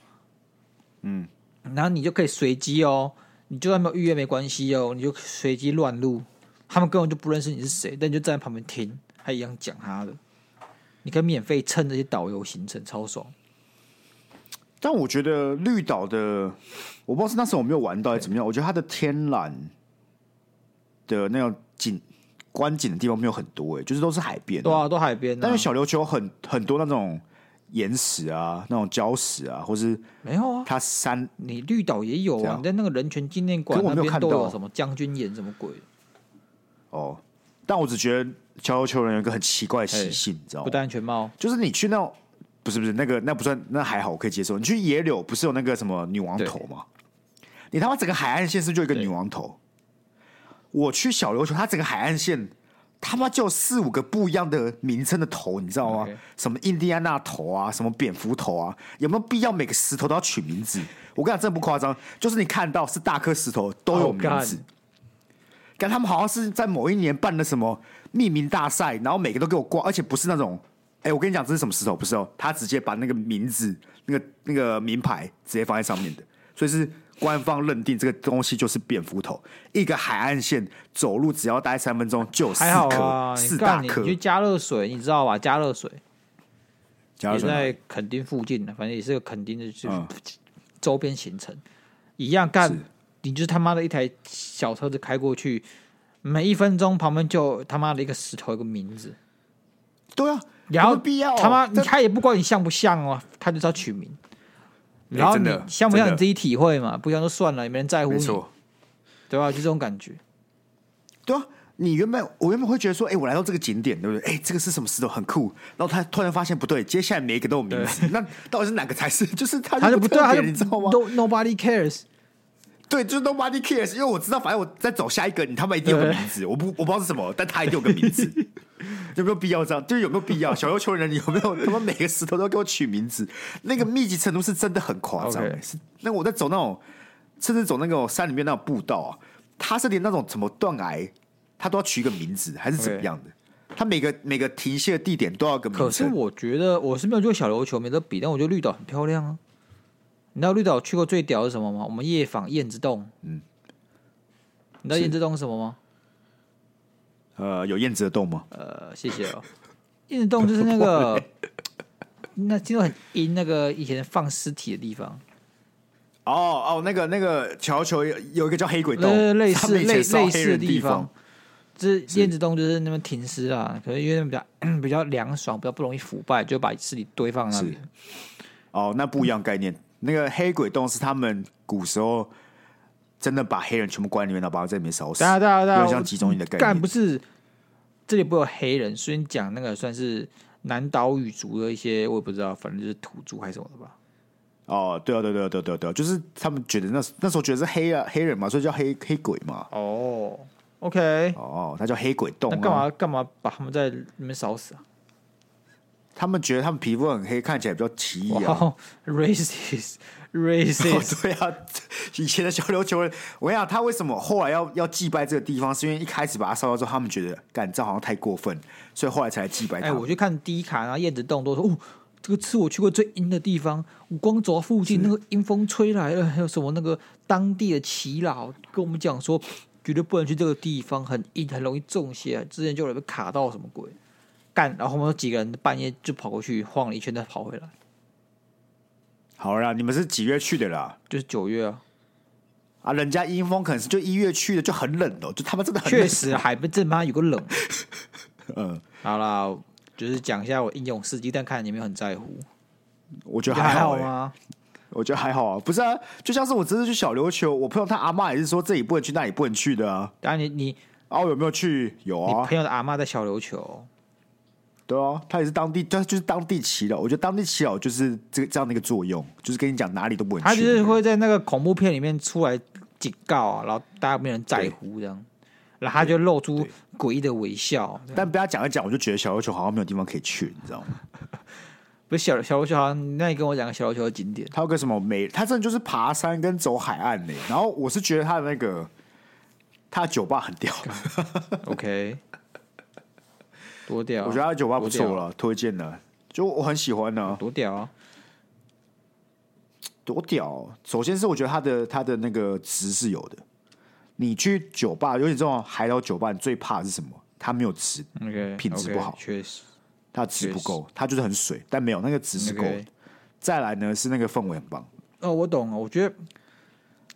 Speaker 2: 嗯，然后你就可以随机哦，你就算没有预约没关系哦，你就随机乱录，他们根本就不认识你是谁，但你就站在旁边听，还一样讲他的。你可以免费蹭这些导游行程，超爽。
Speaker 1: 但我觉得绿岛的，我不知道是那时候我没有玩到还是怎么样。我觉得它的天然的那种景观景的地方没有很多、欸，就是都是海边、
Speaker 2: 对啊，都海边、啊。
Speaker 1: 但是小琉球很很多那种岩石啊，那种礁石啊，或是
Speaker 2: 没有啊，
Speaker 1: 它山
Speaker 2: 你绿岛也有
Speaker 1: 这
Speaker 2: 啊，
Speaker 1: 样
Speaker 2: 你在那个人权纪念馆
Speaker 1: 可是
Speaker 2: 那
Speaker 1: 我没有
Speaker 2: 边
Speaker 1: 看
Speaker 2: 都
Speaker 1: 到
Speaker 2: 有什么将军岩什么鬼的，
Speaker 1: 哦。但我只觉得小琉球人有一个很奇怪的习性，你知道
Speaker 2: 不
Speaker 1: 吗？
Speaker 2: 戴安全帽。
Speaker 1: 就是你去那种不是不是那个那不算那还好，我可以接受。你去野柳不是有那个什么女王头吗？你他妈整个海岸线是不是就一个
Speaker 2: 对
Speaker 1: 女王头？我去小琉球，它整个海岸线他妈就有四五个不一样的名称的头，你知道吗
Speaker 2: OK
Speaker 1: 什么印第安纳头啊，什么蝙蝠头啊，有没有必要每个石头都要取名字？我跟你讲，真的不夸张，就是你看到是大颗石头都有
Speaker 2: Oh,
Speaker 1: 名
Speaker 2: God
Speaker 1: 字。感他们好像是在某一年办了什么命名大赛，然后每个都给我挂，而且不是那种，哎、我跟你讲这是什么石头，不是哦，他直接把那个名字、那个那个名牌直接放在上面的，所以是官方认定这个东西就是蝙蝠头。一个海岸线走路只要待三分钟就有四
Speaker 2: 还好
Speaker 1: 颗、
Speaker 2: 啊，你
Speaker 1: 四大
Speaker 2: 干你
Speaker 1: 颗
Speaker 2: 你，去加热水，你知道吧？加热水
Speaker 1: 加
Speaker 2: 也
Speaker 1: 热水吗
Speaker 2: 在垦丁附近的，反正也是个垦丁的，就是
Speaker 1: 嗯
Speaker 2: 周边行程一样干
Speaker 1: 是。
Speaker 2: 你就是他妈的一台小车子开过去，每一分钟旁边就有他妈的一个石头，一个名字。
Speaker 1: 对啊，
Speaker 2: 然后
Speaker 1: 有必要哦
Speaker 2: 他妈，
Speaker 1: 这
Speaker 2: 他也不管你像不像哦，他就是要取名。
Speaker 1: 哎
Speaker 2: 然后
Speaker 1: 真
Speaker 2: 你
Speaker 1: 的
Speaker 2: 像不
Speaker 1: 真
Speaker 2: 像
Speaker 1: 的
Speaker 2: 你自己体会嘛，不像就算了，也没人在乎
Speaker 1: 没
Speaker 2: 你，
Speaker 1: 错，
Speaker 2: 对吧？就这种感觉。
Speaker 1: 对啊。你原本我原本会觉得说，哎、我来到这个景点，对不对？哎、这个是什么石头，很酷。然后他突然发现不对，接下来每一个都有名字，那到底是哪个才是？ [LAUGHS] 就是他
Speaker 2: 他就不对，
Speaker 1: 特
Speaker 2: 他
Speaker 1: 别
Speaker 2: 就
Speaker 1: 你知道吗？
Speaker 2: No nobody cares。
Speaker 1: 对，就是 nobody cares，因为我知道，反正我再走下一个，你他妈一定有个名字，我不我不知道是什么，但他一定有个名
Speaker 2: [LAUGHS]
Speaker 1: 字。有没有必要这样？就是有没有必要？小琉球人有没有他妈每个石头都给我取名字？那个密集程度是真的很夸张、
Speaker 2: OK
Speaker 1: 是那我在走那种，甚至走那种山里面那种步道啊，他是连那种什么断崖，他都要取一个名字，还是怎么
Speaker 2: OK
Speaker 1: 样的？他每个每个停歇的地点都要有个
Speaker 2: 可
Speaker 1: 名
Speaker 2: 是
Speaker 1: 称。
Speaker 2: 我觉得我是没有去过小琉球，没得比，但我觉得绿岛很漂亮啊。你知道绿岛去过最屌的是什么吗？我们夜访燕子洞。
Speaker 1: 嗯。
Speaker 2: 你知道
Speaker 1: 是
Speaker 2: 燕子洞是什么吗？
Speaker 1: 呃，有燕子的洞吗？
Speaker 2: 呃，谢谢哦。燕子洞就是那
Speaker 1: [LAUGHS]
Speaker 2: 个，那听说很阴，那个以前放尸体的地方。
Speaker 1: 哦哦，那个那个小琉球有有一个叫黑鬼洞，
Speaker 2: 呃，类
Speaker 1: 他
Speaker 2: 似
Speaker 1: 们以前
Speaker 2: 类
Speaker 1: 烧
Speaker 2: 类
Speaker 1: 黑
Speaker 2: 似的
Speaker 1: 人
Speaker 2: 地
Speaker 1: 方
Speaker 2: 方。，这燕子洞就是那边停尸啊，可能因为那边比较 [CLEARS THROAT] 比较凉爽，比较不容易腐败，就把尸体堆放那
Speaker 1: 是
Speaker 2: 里。
Speaker 1: 哦，那不一样概念。那个黑鬼洞是他们古时候真的把黑人全部关里面，然后把他在里面烧死
Speaker 2: 大。家大家
Speaker 1: 有
Speaker 2: 大
Speaker 1: 点
Speaker 2: 家，
Speaker 1: 像集中营的概
Speaker 2: 干
Speaker 1: 念
Speaker 2: 不是这里不会有黑人，所以你讲那个算是南岛语族的一些，我也不知道，反正就是土著还是什么的吧。
Speaker 1: 哦，对啊，对啊对啊对啊对啊对啊，就是他们觉得那那时候觉得是黑啊黑人嘛，所以叫黑黑鬼嘛。
Speaker 2: 哦，OK，
Speaker 1: 哦，他叫黑鬼洞、
Speaker 2: 那
Speaker 1: 啊。
Speaker 2: 干嘛干嘛把他们在里面烧死啊？
Speaker 1: 他们觉得他们皮肤很黑，看起来比较奇异
Speaker 2: 哇、 [LAUGHS]
Speaker 1: 啊。
Speaker 2: r a c i s t
Speaker 1: 哦
Speaker 2: racist，
Speaker 1: 对啊，以前的小琉球人，我跟你讲，他为什么后来要要祭拜这个地方，是因为一开始把它烧掉之后，他们觉得干这好像太过分，所以后来才来祭拜
Speaker 2: 哎、
Speaker 1: 他。
Speaker 2: 我去看第一卡，然后燕子洞都说，哦，这个是我去过最阴的地方，我光走到附近，那个阴风吹来了， [LAUGHS] 还有什么那个当地的耆老跟我们讲说，绝对不能去这个地方，很阴，很容易中邪。之前就有人被卡到什么鬼，干，然后我们几个人半夜就跑过去晃了一圈，再跑回来，
Speaker 1: 好啦，你们是几月去的啦？
Speaker 2: 就是九月啊，
Speaker 1: 啊，人家阴风可能是就一月去的，就很冷哦，就他们真的很
Speaker 2: 确
Speaker 1: 冷。
Speaker 2: 实啊海边这妈有个冷。
Speaker 1: [LAUGHS] 嗯，
Speaker 2: 好啦，就是讲一下我英勇事迹，但看来你没有很在乎，
Speaker 1: 我觉得
Speaker 2: 还
Speaker 1: 好、
Speaker 2: 好啊
Speaker 1: 欸，
Speaker 2: 吗？
Speaker 1: 我觉得还好啊。不是啊，就像是我这次去小琉球，我朋友他阿妈也是说这里不能去，那里不能去的啊。
Speaker 2: 当然你你
Speaker 1: 啊，我有没有去？有
Speaker 2: 你
Speaker 1: 啊，
Speaker 2: 朋友的阿妈在小琉球，
Speaker 1: 对啊，他也是当地，他就是当地祈祷。我觉得当地祈祷就是这个这样的一个作用，就是跟你讲哪里都不能
Speaker 2: 他
Speaker 1: 去。
Speaker 2: 就是会在那个恐怖片里面出来警告啊，然后大家没人在乎这样，然后他就露出诡异的微笑。
Speaker 1: 但被他讲一讲，我就觉得小琉球好像没有地方可以去，你知道吗？
Speaker 2: 不是小小琉球，好像那你跟我讲个小琉球的景点，
Speaker 1: 它有个什么美，它真的就是爬山跟走海岸呢、然后我是觉得它的那个，它的酒吧很屌，
Speaker 2: ，OK，多屌啊，
Speaker 1: 我觉得它的酒吧不错
Speaker 2: 多屌
Speaker 1: 了，推荐的，就我很喜欢呢、
Speaker 2: 啊，多屌啊！
Speaker 1: 多屌哦、首先是我觉得它的它的那个值是有的。你去酒吧，尤其这种海岛酒吧，你最怕的是什么？它没有值，
Speaker 2: OK，
Speaker 1: 嗯品质不好
Speaker 2: 确实
Speaker 1: 它值不够，它就是很水，但没有那个值是够的。
Speaker 2: OK
Speaker 1: 再来呢是那个氛围很棒，
Speaker 2: 哦，我懂了，我觉得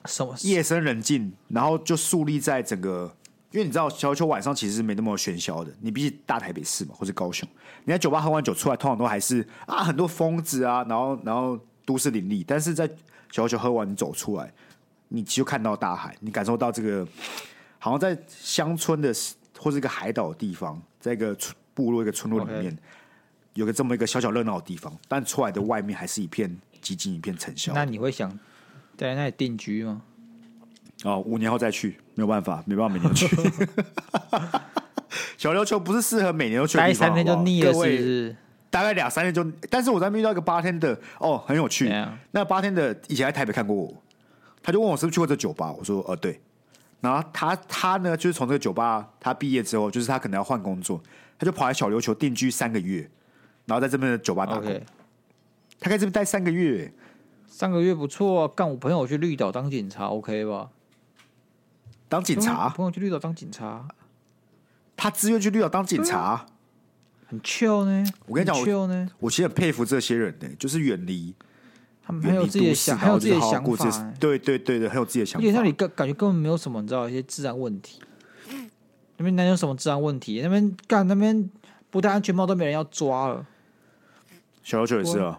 Speaker 2: 什么
Speaker 1: 夜深人静，然后就树立在整个，因为你知道小琉球晚上其实没那么喧嚣的，你比起大台北市嘛或者高雄，你在酒吧喝完酒出来，通常都还是啊很多疯子啊，然后然后都市林立，但是在小琉球喝完你走出来，你就看到大海，你感受到这个好像在乡村的或是一个海岛的地方，在一个村部落一个村落里面。有个这么一个小小热闹的地方，但出来的外面还是一片寂静，一片尘嚣。
Speaker 2: 那你会想在那里定居吗？
Speaker 1: 哦，五年后再去，没有办法，没办法每年去。 [LAUGHS] 小琉球不是适合每年都去的
Speaker 2: 待
Speaker 1: 地方
Speaker 2: 三天就
Speaker 1: 好不好
Speaker 2: 腻了，
Speaker 1: 各
Speaker 2: 是不
Speaker 1: 位
Speaker 2: 是？
Speaker 1: 大概两三天就，但是我在那边遇到一个八天的，哦，很有趣
Speaker 2: 怎样。
Speaker 1: 那八天的以前在台北看过我，他就问我是不是去过这酒吧，我说呃对。然后他他呢，就是从这个酒吧他毕业之后，就是他可能要换工作，他就跑来小琉球定居三个月，然后在这边的酒吧打工。
Speaker 2: OK，
Speaker 1: 他在这边待三个月，
Speaker 2: 上个月不错、啊，干我朋友去绿岛当警察，OK 吧？
Speaker 1: 当警
Speaker 2: 我
Speaker 1: 察，
Speaker 2: 朋友去绿岛当警察，
Speaker 1: 他自愿去绿岛当警察。
Speaker 2: 嗯很 chill 呢。
Speaker 1: 我跟你讲
Speaker 2: 很
Speaker 1: 我
Speaker 2: ，chill 呢，
Speaker 1: 我其实很佩服这些人呢、就是远离
Speaker 2: 他们很
Speaker 1: 远
Speaker 2: 有
Speaker 1: 离
Speaker 2: 自己
Speaker 1: 都
Speaker 2: 的
Speaker 1: 市，
Speaker 2: 想，
Speaker 1: 然
Speaker 2: 很有
Speaker 1: 后
Speaker 2: 自
Speaker 1: 就
Speaker 2: 己
Speaker 1: 是
Speaker 2: 的
Speaker 1: 好好
Speaker 2: 想
Speaker 1: 过
Speaker 2: 法
Speaker 1: 这
Speaker 2: 欸、
Speaker 1: 对对对对，很有自己的想
Speaker 2: 而
Speaker 1: 法。
Speaker 2: 且那里根感觉根本没有什么，你知道一些治安问题，那边哪有什么治安问题？那边干那边不戴安全帽都没人要抓了，
Speaker 1: 小琉球也是啊，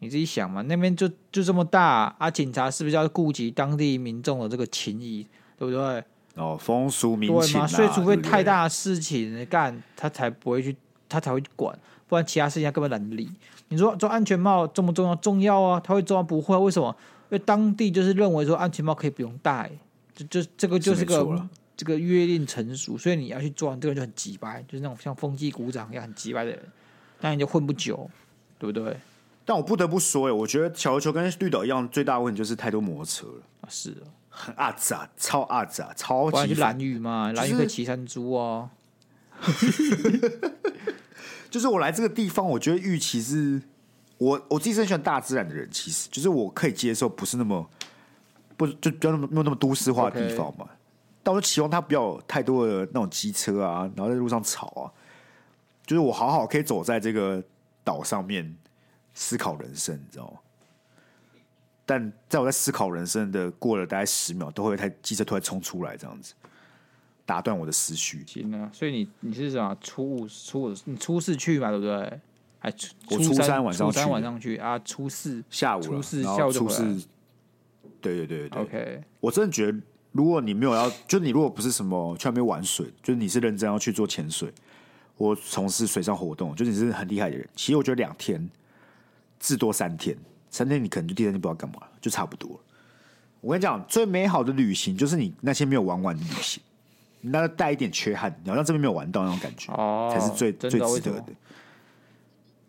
Speaker 2: 你自己想嘛，那边就就这么大啊，警察是不是要顾及当地民众的这个情谊，对不对？
Speaker 1: 哦，风俗民
Speaker 2: 对
Speaker 1: 情
Speaker 2: 嘛，
Speaker 1: 啊，
Speaker 2: 所以除非
Speaker 1: 对不对
Speaker 2: 太大的事情干，他才不会去，他才会去管，不然其他事情他根本懒得理。你说这安全帽重不重要？重要啊，他会重要不会啊？为什么？因为当地就是认为说安全帽可以不用戴，就就这个就是
Speaker 1: 是没错啊
Speaker 2: 个
Speaker 1: 啦
Speaker 2: 这个约定成熟，所以你要去抓，你这个人就很急掰，就是那种像风纪股长一样很急掰的人，那你就混不久，对不对？啊
Speaker 1: 但我不得不说、欸，我觉得小琉球跟绿岛一样，最大的问题就是太多摩托车了，
Speaker 2: 啊，是啊，
Speaker 1: 很阿杂，超阿杂，超
Speaker 2: 不然
Speaker 1: 级
Speaker 2: 就蓝雨嘛，蓝雨
Speaker 1: 就是
Speaker 2: 可以骑山猪啊，
Speaker 1: 就是我来这个地方，我觉得预期是，我我自己是很喜欢大自然的人，其实就是我可以接受，不是那么不就不要那么没有那么都市化的地
Speaker 2: OK
Speaker 1: 方嘛。但我就期望它不要有太多的那种机车啊，然后在路上吵啊。就是我好好可以走在这个岛上面思考人生，你知道吗？但在我在思考人生的过了大概十秒，都会有一台机车突然冲出来，这样子打断我的思绪。
Speaker 2: 行啊，所以你你是什么初五初五你初四去嘛，对不对？还初
Speaker 1: 我
Speaker 2: 初
Speaker 1: 初三晚上
Speaker 2: 初三
Speaker 1: 去
Speaker 2: 晚上去啊，初四
Speaker 1: 下午了
Speaker 2: 初，四
Speaker 1: 然
Speaker 2: 下
Speaker 1: 后
Speaker 2: 午就
Speaker 1: 初
Speaker 2: 回
Speaker 1: 四
Speaker 2: 来，
Speaker 1: 对对对对
Speaker 2: OK
Speaker 1: 我真的觉得，如果你没有要，就你如果不是什么去那边玩水，就是你是认真要去做潜水或从事水上活动，就是你是很厉害的人，其实我觉得两天至多三天，三天你可能就第三天不知道干嘛，就差不多了。我跟你讲，最美好的旅行就是你那些没有玩完的旅行，你那带一点缺憾，你好像这边没有玩到那种感觉。
Speaker 2: 哦，
Speaker 1: 才是最最
Speaker 2: 真的
Speaker 1: 值
Speaker 2: 为
Speaker 1: 得
Speaker 2: 什
Speaker 1: 的
Speaker 2: 么？。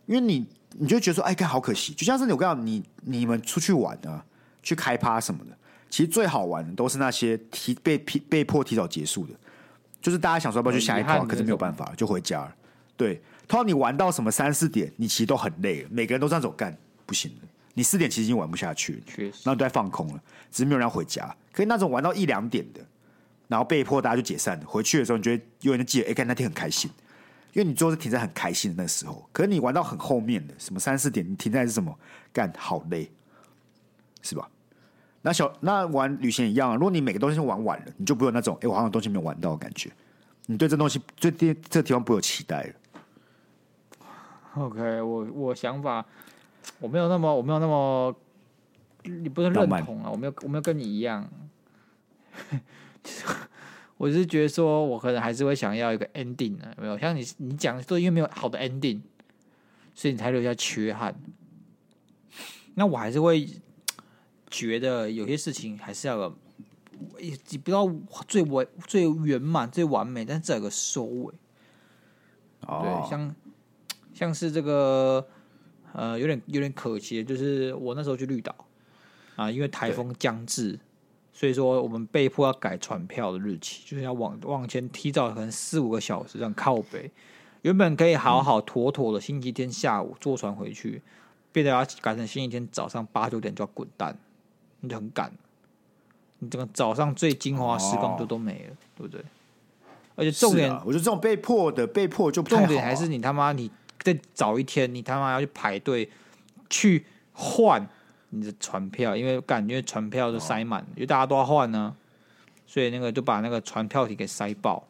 Speaker 1: 因为你你就觉得说，哎，看好可惜，就像是我跟你讲，你你们出去玩啊，去开趴什么的，其实最好玩的都是那些提被被被迫提早结束的，就是大家想说要不要去下一
Speaker 2: 遗憾
Speaker 1: 趴，
Speaker 2: 的
Speaker 1: 可是没有办法，就回家了。对，通常你玩到什么三四点，你其实都很累了，每个人都这样走干不行了。你四点其实已经玩不下去了，
Speaker 2: 确实
Speaker 1: 然后都在放空了，只是没有人要回家。可是那种玩到一两点的，然后被迫大家就解散了。回去的时候，你就会有人记得，哎、看那天很开心，因为你坐是停在很开心的那时候。可是你玩到很后面的，什么三四点，你停在是什么？干好累，是吧？那小那玩旅行一样、啊，如果你每个东西都玩完了，你就不会有那种哎、我好像有东西没有玩到的感觉。你对这东西对这这地方不会有期待了。
Speaker 2: [LAUGHS] OK，我我想法我没有那么我没有那么，你不是认
Speaker 1: 浪漫
Speaker 2: 同啊，我没有我没有跟你一样， [LAUGHS] 我是觉得说我可能还是会想要一个 ending 啊，有没有？像你你讲说因为没有好的 ending，所以你才留下缺憾。那我还是会觉得有些事情还是要有，也也不要最完最圆满最完美，但至少有个收尾。
Speaker 1: 哦
Speaker 2: 对，，像像是这个呃，有点有点可惜的，就是我那时候去绿岛啊，因为台风将至，所以说我们被迫要改船票的日期，就是要往往前提早可能四五个小时这样靠北。原本可以好好妥妥的星期天下午坐船回去，变得要改成星期天早上八九点就要滚蛋，你就很赶。你整个早上最精华的时光就
Speaker 1: 哦
Speaker 2: 都没了，对不对？而且重
Speaker 1: 是
Speaker 2: 点
Speaker 1: 啊，我觉得这种被迫的被迫就不太好啊、
Speaker 2: 重点还是你他妈你再早一天，你他妈要去排队去换你的船票，因为感觉船票
Speaker 1: 哦
Speaker 2: 都塞满，因为大家都要换呢、所以那个就把那个船票体给塞爆，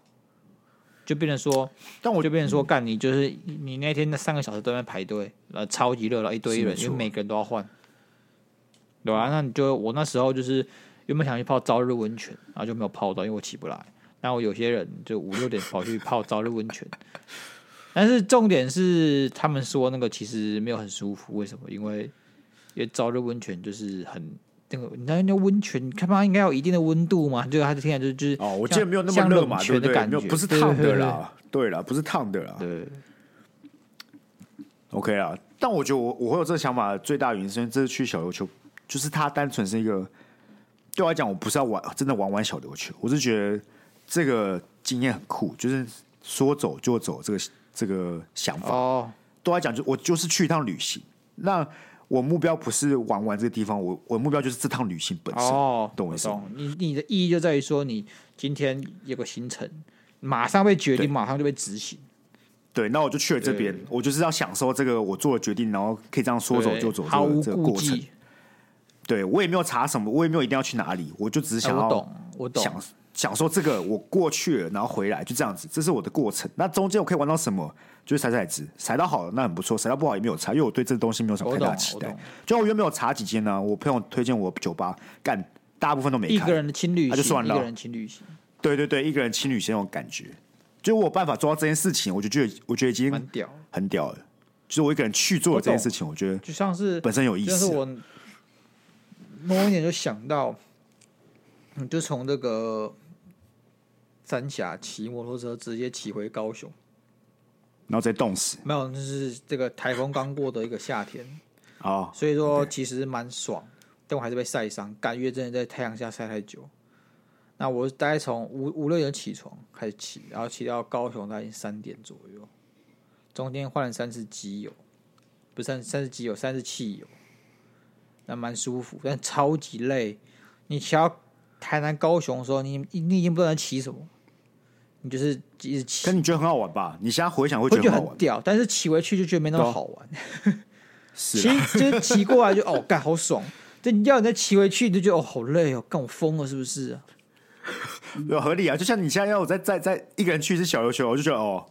Speaker 2: 就变成说，
Speaker 1: 但我嗯
Speaker 2: 就变成说，干你就是你那天那三个小时都在排队，呃，超级热闹，然后一堆
Speaker 1: 是没
Speaker 2: 人，因为
Speaker 1: 错
Speaker 2: 每个人都要换，对啊，那你就我那时候就是原本想去泡朝日温泉，然后就没有泡到，因为我起不来。然后有些人就五六点跑去泡朝日温泉，但是重点是他们说那个其实没有很舒服，为什么？因为因为朝日温泉就是很那个，你知道那温泉，你他妈应该有一定的温度嘛，就它就听起来就就是
Speaker 1: 哦，我记
Speaker 2: 像
Speaker 1: 得没有那么
Speaker 2: 像
Speaker 1: 热
Speaker 2: 冷
Speaker 1: 嘛，
Speaker 2: 泉
Speaker 1: 对不
Speaker 2: 的
Speaker 1: 对？
Speaker 2: 感
Speaker 1: 没有，
Speaker 2: 觉
Speaker 1: 不是
Speaker 2: 对
Speaker 1: 烫
Speaker 2: 对
Speaker 1: 的
Speaker 2: 对
Speaker 1: 啦，对啦，不是烫的啦
Speaker 2: 对，
Speaker 1: ，OK 啦。但我觉得我我会有这个想法，最大原因是因为这次去小琉球，就是它单纯是一个对我来讲，我不是要玩真的玩玩小琉球，我是觉得这个经验很酷，就是说走就走这个这个想法。
Speaker 2: 哦，
Speaker 1: 对我来讲，就我就是去一趟旅行。那我目标不是玩玩这个地方，我我目标就是这趟旅行本身。
Speaker 2: 哦，
Speaker 1: 懂我意思吗
Speaker 2: 懂你你的意义就在于说，你今天有个行程，马上被决
Speaker 1: 对
Speaker 2: 定，马上就被执行。
Speaker 1: 对，那我就去了这边
Speaker 2: 对，
Speaker 1: 我就是要享受这个我做的决定，然后可以这样说走
Speaker 2: 对
Speaker 1: 就走这
Speaker 2: 毫
Speaker 1: 个
Speaker 2: 无
Speaker 1: 这个
Speaker 2: 顾
Speaker 1: 过程。
Speaker 2: 忌。
Speaker 1: 对我也没有查什么，我也没有一定要去哪里，我就只是
Speaker 2: 哎
Speaker 1: 想
Speaker 2: 我
Speaker 1: 要
Speaker 2: 懂，我懂。
Speaker 1: 享享受这个我过去了，然后回来就这样子，这是我的过程。那中间我可以玩到什么，就是踩踩值，踩到好了那很不错，踩到不好也没有差，因为我对这东西没有什么
Speaker 2: 我
Speaker 1: 太大
Speaker 2: 懂
Speaker 1: 的期
Speaker 2: 我
Speaker 1: 待
Speaker 2: 懂。
Speaker 1: 就我原本有查几间呢、我朋友推荐我酒吧干，大部分都没
Speaker 2: 一
Speaker 1: 开
Speaker 2: 个。人的情侣
Speaker 1: 那
Speaker 2: 行，
Speaker 1: 就算
Speaker 2: 一个
Speaker 1: 了
Speaker 2: 人情侣行，
Speaker 1: 对对对，一个人情侣行那种感觉，就我有办法做到这件事情，我就觉得我觉得已经
Speaker 2: 蛮屌的。
Speaker 1: 很屌了。就是我一个人去做了这件事情，我觉得
Speaker 2: 就像是
Speaker 1: 本身有意
Speaker 2: 但是
Speaker 1: 思啊。
Speaker 2: 我某一点就想到，你就从这个三峡骑摩托车直接骑回高雄，
Speaker 1: 然后再冻死
Speaker 2: 没有，就是这个台风刚过的一个夏天，
Speaker 1: 啊！
Speaker 2: 所以说其实蛮爽，但我还是被晒伤，干因为真的在太阳下晒太久。那我大概从五五六点起床开始骑，然后骑到高雄大概已经三点左右，中间换了三次机油，不是三三次机油，三次汽油，那蛮舒服，但超级累。你骑到台南、高雄的时候，你你已经不知道在骑什么，你就是一直骑
Speaker 1: 可，你觉得很好玩吧？你现在回想会
Speaker 2: 会
Speaker 1: 觉得
Speaker 2: 觉得
Speaker 1: 很好玩
Speaker 2: 很，屌，但是骑回去就觉得没那
Speaker 1: 对
Speaker 2: 么
Speaker 1: 啊
Speaker 2: 好玩。 [LAUGHS]
Speaker 1: 是
Speaker 2: 骑
Speaker 1: 啦
Speaker 2: 就是骑过来就哦，干好爽。这你要你再骑回去，你就觉得哦好累哦，干我疯了是不是啊？
Speaker 1: 有合理啊。就像你现在要我再再再一个人去一次小琉球，我就觉得哦，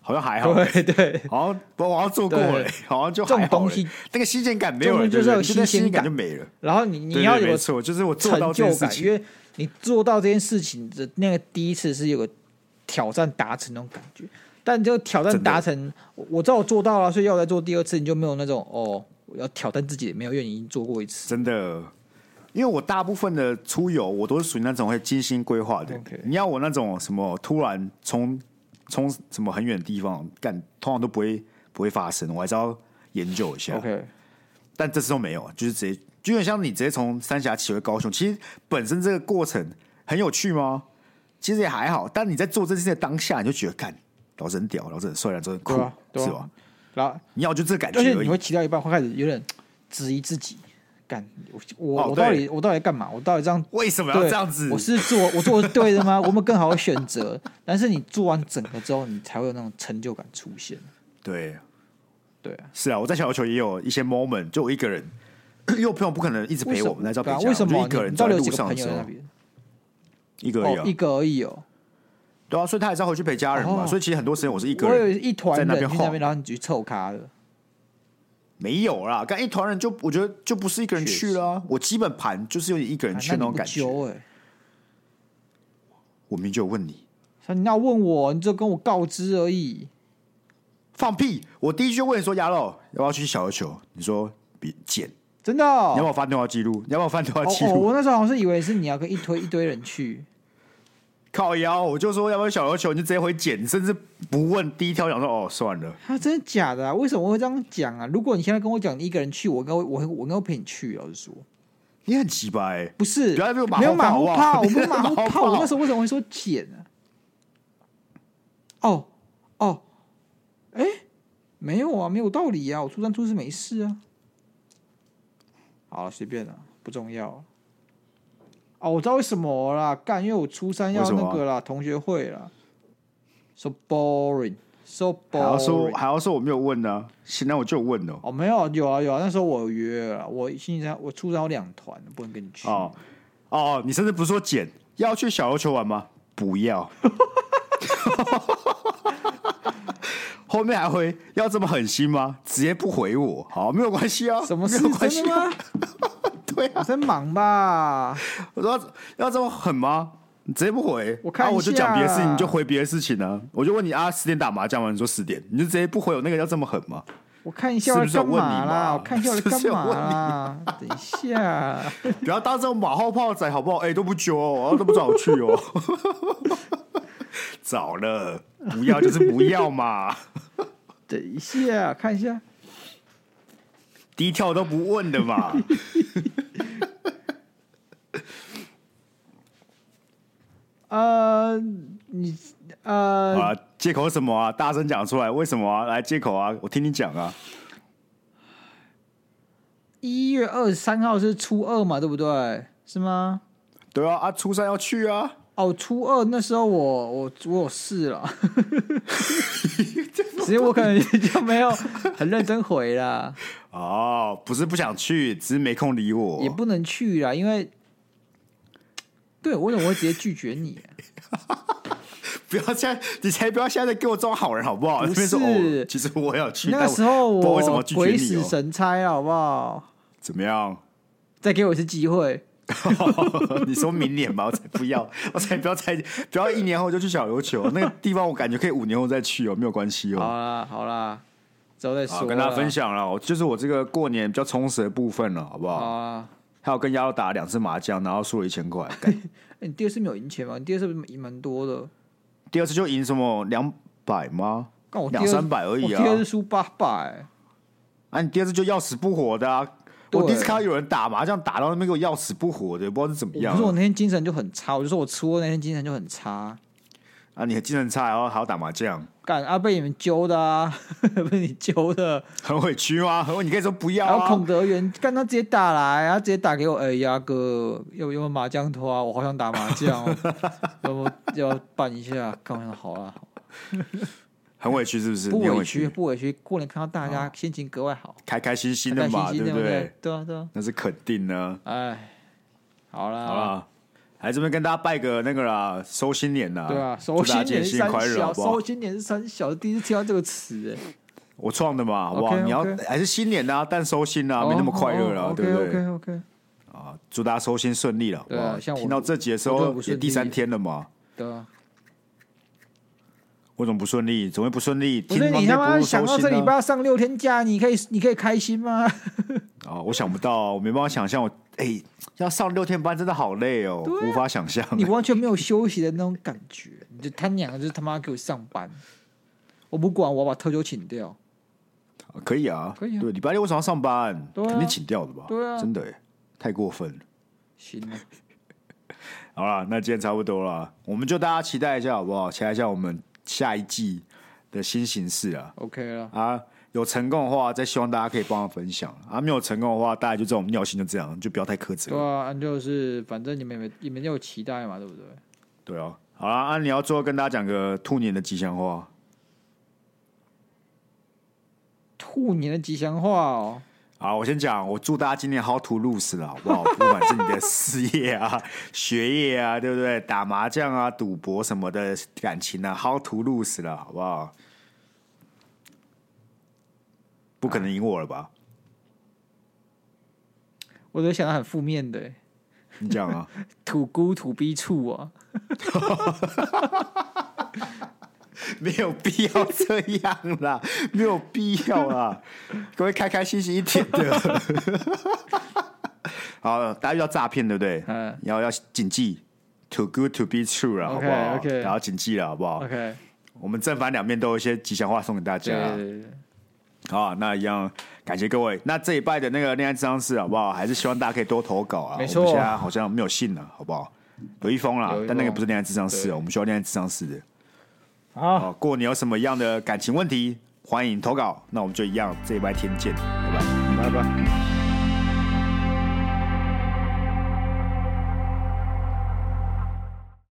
Speaker 1: 好像还好，
Speaker 2: [LAUGHS] 对对，
Speaker 1: 好像不我好像做过
Speaker 2: 对
Speaker 1: 了，好像就
Speaker 2: 这种
Speaker 1: 还好
Speaker 2: 东
Speaker 1: 了
Speaker 2: 西
Speaker 1: 那个新鲜感没有了，
Speaker 2: 这种东
Speaker 1: 对不对就那
Speaker 2: 西就是要有新
Speaker 1: 新
Speaker 2: 鲜
Speaker 1: 鲜感
Speaker 2: 感
Speaker 1: 就没了。
Speaker 2: 然后你你
Speaker 1: 对
Speaker 2: 要
Speaker 1: 对
Speaker 2: 有
Speaker 1: 没
Speaker 2: 个
Speaker 1: 错，就是我做
Speaker 2: 成
Speaker 1: 到这
Speaker 2: 就
Speaker 1: 件事
Speaker 2: 感，因
Speaker 1: 情，
Speaker 2: 为你做到这件事情的那个第一次是有个挑战达成那种感觉，但这个挑战
Speaker 1: 真的
Speaker 2: 达成，我我知道我做到了，所以要我再做第二次，你就没有那种哦我要挑战自己，没有，因为你已经做过一次。
Speaker 1: 真的。因为我大部分的出游，我都是属于那种会精心规划的
Speaker 2: OK。
Speaker 1: 你要我那种什么突然从从什么很远的地方干，通常都不会不会发生，我还是要研究一下。
Speaker 2: OK，
Speaker 1: 但这次都没有，就是直接，就有点像你直接从三峡骑回高雄。其实本身这个过程很有趣吗？其实也还好，但你在做这件事的当下，你就觉得，干，老子很屌，老子很帅，老子很酷，
Speaker 2: 对啊对啊
Speaker 1: 是吧？
Speaker 2: 然后
Speaker 1: 你要就这感觉
Speaker 2: 而且
Speaker 1: 而
Speaker 2: 你
Speaker 1: 已
Speaker 2: 会骑到一半会开始有点质疑自己，干我我、
Speaker 1: 哦
Speaker 2: 我到
Speaker 1: 对
Speaker 2: 底我到底在干嘛？我到底这样
Speaker 1: 为什么要
Speaker 2: 对
Speaker 1: 这样子
Speaker 2: 我？是做我做的是对的
Speaker 1: [LAUGHS]
Speaker 2: 吗？我有没有更好的选择？但是你做完整个之后，你才会有那种成就感出现。
Speaker 1: 对，
Speaker 2: 对啊，
Speaker 1: 是啊，我在小琉球也有一些 moment，就我一个人，因为我朋友不可能一直陪我们在照
Speaker 2: 对
Speaker 1: 片
Speaker 2: 啊，
Speaker 1: 下，
Speaker 2: 为什
Speaker 1: 我
Speaker 2: 么
Speaker 1: 就一个人
Speaker 2: 你
Speaker 1: 走在
Speaker 2: 到底
Speaker 1: 路
Speaker 2: 有几个
Speaker 1: 上
Speaker 2: 朋
Speaker 1: 的
Speaker 2: 友
Speaker 1: 时
Speaker 2: 在那
Speaker 1: 候，
Speaker 2: 边？
Speaker 1: 一个而已
Speaker 2: 哦
Speaker 1: 啊，
Speaker 2: 一个而已哦。
Speaker 1: 对啊，所以他还是要回去陪家人嘛，
Speaker 2: 哦
Speaker 1: 所以其实很多时间我是一个
Speaker 2: 我有
Speaker 1: 人，
Speaker 2: 一团
Speaker 1: 在
Speaker 2: 人
Speaker 1: 那
Speaker 2: 去
Speaker 1: 边
Speaker 2: 那
Speaker 1: 晃
Speaker 2: 边，然后你去凑咖的。
Speaker 1: 没有啦，刚一团人就我觉得就不是一个人去啦，我基本盘就是有点一个人
Speaker 2: 啊
Speaker 1: 去
Speaker 2: 那
Speaker 1: 那
Speaker 2: 你
Speaker 1: 种
Speaker 2: 不
Speaker 1: 感觉。
Speaker 2: 揪哎、
Speaker 1: 我明明就有问你，
Speaker 2: 说你要问我，你就跟我告知而已。
Speaker 1: 放屁！我第一句就问你说：“牙肉要不要去小琉球？”你说：“比贱。
Speaker 2: 真的、哦
Speaker 1: 你要不要翻对话记录？你要不要翻对话
Speaker 2: 哦
Speaker 1: 记
Speaker 2: 哦，
Speaker 1: 录？
Speaker 2: 我那时候好像是以为是你要跟一堆一堆人去，
Speaker 1: 靠腰！我就说要不要去小琉球，你就直接回简，甚至不问第一条，想说哦算了。
Speaker 2: 啊，真的假的啊？为什么会这样讲啊？如果你现在跟我讲你一个人去，我应该会我会我应该会陪你去。哦老实说，
Speaker 1: 你很奇葩、欸，
Speaker 2: 不是，
Speaker 1: 不要在这边马
Speaker 2: 没有
Speaker 1: 后
Speaker 2: 马
Speaker 1: 炮
Speaker 2: 后
Speaker 1: 好不好
Speaker 2: 炮，我们
Speaker 1: [LAUGHS] 马
Speaker 2: 马后
Speaker 1: 后
Speaker 2: 炮。
Speaker 1: 炮啊
Speaker 2: 我那时候为什么会说剪呢、哦哦，哎、没有啊，没有道理啊，我初三初四没事啊。好了，随便了，不重要啊。哦，我知道为什么啦，干，因为我初三要
Speaker 1: 为什么
Speaker 2: 那
Speaker 1: 啊
Speaker 2: 个啦，同学会啦。So boring，so
Speaker 1: 还要说
Speaker 2: boring。
Speaker 1: 还要说我没有问呢、啊现在我就有问哦。
Speaker 2: 哦，没有，有啊有啊，那时候我有约了啦，我星期三我初三有两团，不能跟你去。
Speaker 1: 哦哦，你甚至不是说简要去小琉球玩吗？不要。 [LAUGHS] 后面还会要这么狠心吗？直接不回我，好，没有关系啊，
Speaker 2: 什么
Speaker 1: [LAUGHS] 没
Speaker 2: 事
Speaker 1: 有关系
Speaker 2: 真的
Speaker 1: 啊？
Speaker 2: 吗？
Speaker 1: 对啊
Speaker 2: 我，在忙吧。
Speaker 1: 我说要这么狠吗？你直接不回，
Speaker 2: 我看一下
Speaker 1: 啊、我就讲别的事情，你就回别的事情啊。我就问你啊，十点打麻将吗？你说十点，你就直接不回我，那个要这么狠吗？
Speaker 2: 我看一下我在干嘛啦？我看一下我在
Speaker 1: 是不是
Speaker 2: 干
Speaker 1: 有问
Speaker 2: 嘛
Speaker 1: 你
Speaker 2: 啦？等一下，
Speaker 1: 不要当这种马后炮仔好不好？哎、都不揪哦，然后都不找我去哦。 [LAUGHS] 早了，不要就是不要嘛，
Speaker 2: 等一下，看一下。
Speaker 1: 低调都不问的嘛。
Speaker 2: [LAUGHS] 呃，你呃，
Speaker 1: 啊，借口什么啊？大声讲出来，为什么啊？来借口啊，我听你讲啊。
Speaker 2: 一月二十三号是初二嘛，对不对？是吗？
Speaker 1: 对啊，啊，初三要去啊，
Speaker 2: 哦，初二那时候我我我有事了， [LAUGHS] 所以我可能就没有很认真回啦，
Speaker 1: 哦，不是不想去，只是没空理我。
Speaker 2: 也不能去啦，因为对，我怎么会直接拒绝
Speaker 1: [LAUGHS]
Speaker 2: 你啊、
Speaker 1: 不要现在，你才不要现在给我装好人好不好？
Speaker 2: 不
Speaker 1: 这边说
Speaker 2: 是
Speaker 1: 哦，其实我有去，
Speaker 2: 那
Speaker 1: 但
Speaker 2: 时候
Speaker 1: 不知道为什么
Speaker 2: 我
Speaker 1: 拒
Speaker 2: 鬼
Speaker 1: 绝
Speaker 2: 使
Speaker 1: 你哦。
Speaker 2: 神差了，好不好？
Speaker 1: 怎么样？ [LAUGHS]
Speaker 2: 再给我一次机会。
Speaker 1: 你说明年吧，我才不要，我才不要再不要一年后就去小琉球那个地方，我感觉可以五年后再去哦，没有关系
Speaker 2: 好
Speaker 1: 哦。
Speaker 2: 啦，好啦，之后再说
Speaker 1: 好，
Speaker 2: 啦。
Speaker 1: 跟大家分享了，我就是我这个过年比较充实的部分了，好不
Speaker 2: 好
Speaker 1: 好？
Speaker 2: 啊。
Speaker 1: 还有跟丫头打了两次麻将，然后输了一千块，干
Speaker 2: 欸你第二次没有赢钱吗？你第二次赢蛮多的。
Speaker 1: 第二次就赢什么两百吗？
Speaker 2: 干我第
Speaker 1: 两
Speaker 2: 二
Speaker 1: 三百而已
Speaker 2: 我第
Speaker 1: 啊
Speaker 2: 二！次输八百。
Speaker 1: 啊，你第二次就要死不活的啊！我
Speaker 2: 对
Speaker 1: 第一次看到有人打麻将打到那边给我要死不活的，不知道是怎么
Speaker 2: 我
Speaker 1: 样
Speaker 2: 不
Speaker 1: 啊
Speaker 2: 是。我那天精神就很差，我就说我初二那天精神就很差。
Speaker 1: 啊，你的精神差，然后还要打麻将，
Speaker 2: 干啊，被你们揪的啊， [LAUGHS] 被你揪的。
Speaker 1: 很委屈
Speaker 2: [LAUGHS]
Speaker 1: 吗？你可以说不要
Speaker 2: 然后
Speaker 1: 啊
Speaker 2: 孔。德元干他直接打来，他直接打给我，哎、呀哥，有有没有麻将托啊？我好想打麻将、
Speaker 1: [LAUGHS]
Speaker 2: 哦，要不要办一下？干嘛好啊？
Speaker 1: 很委屈是不是？
Speaker 2: 不
Speaker 1: 你很
Speaker 2: 委屈，，不委屈。过年看到大家心情格外好，
Speaker 1: 开开心心
Speaker 2: 开
Speaker 1: 的
Speaker 2: 心
Speaker 1: 嘛，
Speaker 2: 心，
Speaker 1: 对不
Speaker 2: 不
Speaker 1: 对？？
Speaker 2: 对啊，对啊。
Speaker 1: 那是肯定呢，
Speaker 2: 哎，好啦，
Speaker 1: 好啦，来这边跟大家拜个那个啦，收新年啦，
Speaker 2: 对啊，
Speaker 1: 祝
Speaker 2: 收
Speaker 1: 大家
Speaker 2: 新
Speaker 1: 今
Speaker 2: 年
Speaker 1: 年
Speaker 2: 是
Speaker 1: 新年快
Speaker 2: 三
Speaker 1: 乐，好
Speaker 2: 小，
Speaker 1: 不好
Speaker 2: 收？新年是三小，第一次听到这个词，哎
Speaker 1: 我创的嘛，好不好？
Speaker 2: OK，OK
Speaker 1: 你要还是新年啊，但收心
Speaker 2: 哦
Speaker 1: 啊，没那么快乐啦，对不对？
Speaker 2: ？OK OK，
Speaker 1: 啊，祝大家收心顺利了，好不
Speaker 2: 对啊
Speaker 1: 好？
Speaker 2: 像我
Speaker 1: 听到这集的时
Speaker 2: 我真的
Speaker 1: 候
Speaker 2: 不顺
Speaker 1: 也
Speaker 2: 利
Speaker 1: 第三天了嘛，
Speaker 2: 对啊。
Speaker 1: 我怎么不顺利？怎么会不顺利？
Speaker 2: 不
Speaker 1: 听
Speaker 2: 是你他妈想到这礼
Speaker 1: 里
Speaker 2: 拜要上六天假，你可以你可以开心吗？
Speaker 1: 啊，我想不到啊，我没办法想象，我哎，要上六天班真的好累哦，无法想象。
Speaker 2: 啊你完全没有休息的那种感觉，你就他娘的就是他妈给我上班，我不管，我要把特休请掉。
Speaker 1: 啊 [LAUGHS] 可以啊，
Speaker 2: 可以啊
Speaker 1: 对，礼拜六为什么要上班？
Speaker 2: 对啊
Speaker 1: 肯定请掉的吧？
Speaker 2: 对啊
Speaker 1: 真的耶，太过分了。
Speaker 2: 行了，
Speaker 1: 好啦，那今天差不多了，我们就大家期待一下好不好？期待一下我们下一季的新形式啊。
Speaker 2: OK 了，
Speaker 1: 啊，有成功的话，再希望大家可以帮我分享啊；没有成功的话，大家就这种尿性就这样，就不要太苛责
Speaker 2: 对。啊，啊就是反正你们也没你们也有期待嘛，对不对？
Speaker 1: 对哦，好啦，啊，你要最后跟大家讲个兔年的吉祥话，
Speaker 2: 兔年的吉祥话哦，
Speaker 1: 好，啊我先讲，我祝大家今年 how to lose 了，好不好？不管是你的事业啊、学业啊，对不对？打麻将啊、赌博什么的，感情啊，how to lose 了，好不好？不可能赢我了吧？
Speaker 2: 我都想到很负面的欸，
Speaker 1: 你讲啊，
Speaker 2: 土姑土逼处啊，
Speaker 1: 没有必要这样啦，没有必要啦，各位开开心心一点的。 [LAUGHS] 好，大家遇到诈骗对不对？
Speaker 2: 嗯
Speaker 1: 要要谨记，too good to be true 了，好不好
Speaker 2: OK，OK
Speaker 1: 然后谨记了，好不好
Speaker 2: ，OK，
Speaker 1: 我们正反两面都有一些吉祥话送给大
Speaker 2: 对
Speaker 1: 家。
Speaker 2: 对对对
Speaker 1: 好啊，那一样感谢各位。那这一拜的那个恋爱智商室好不好？还是希望大家可以多投稿啊。
Speaker 2: 没错
Speaker 1: 我们现在好像没有信了，好不好？有一封啦
Speaker 2: 有一，封
Speaker 1: 但那个不是恋爱智商室
Speaker 2: 对
Speaker 1: 哦，我们需要恋爱智商室的。
Speaker 2: 好，
Speaker 1: 好，哦过年有什么样的感情问题，欢迎投稿。那我们就一样，这一拜天见，拜拜。
Speaker 2: 拜拜。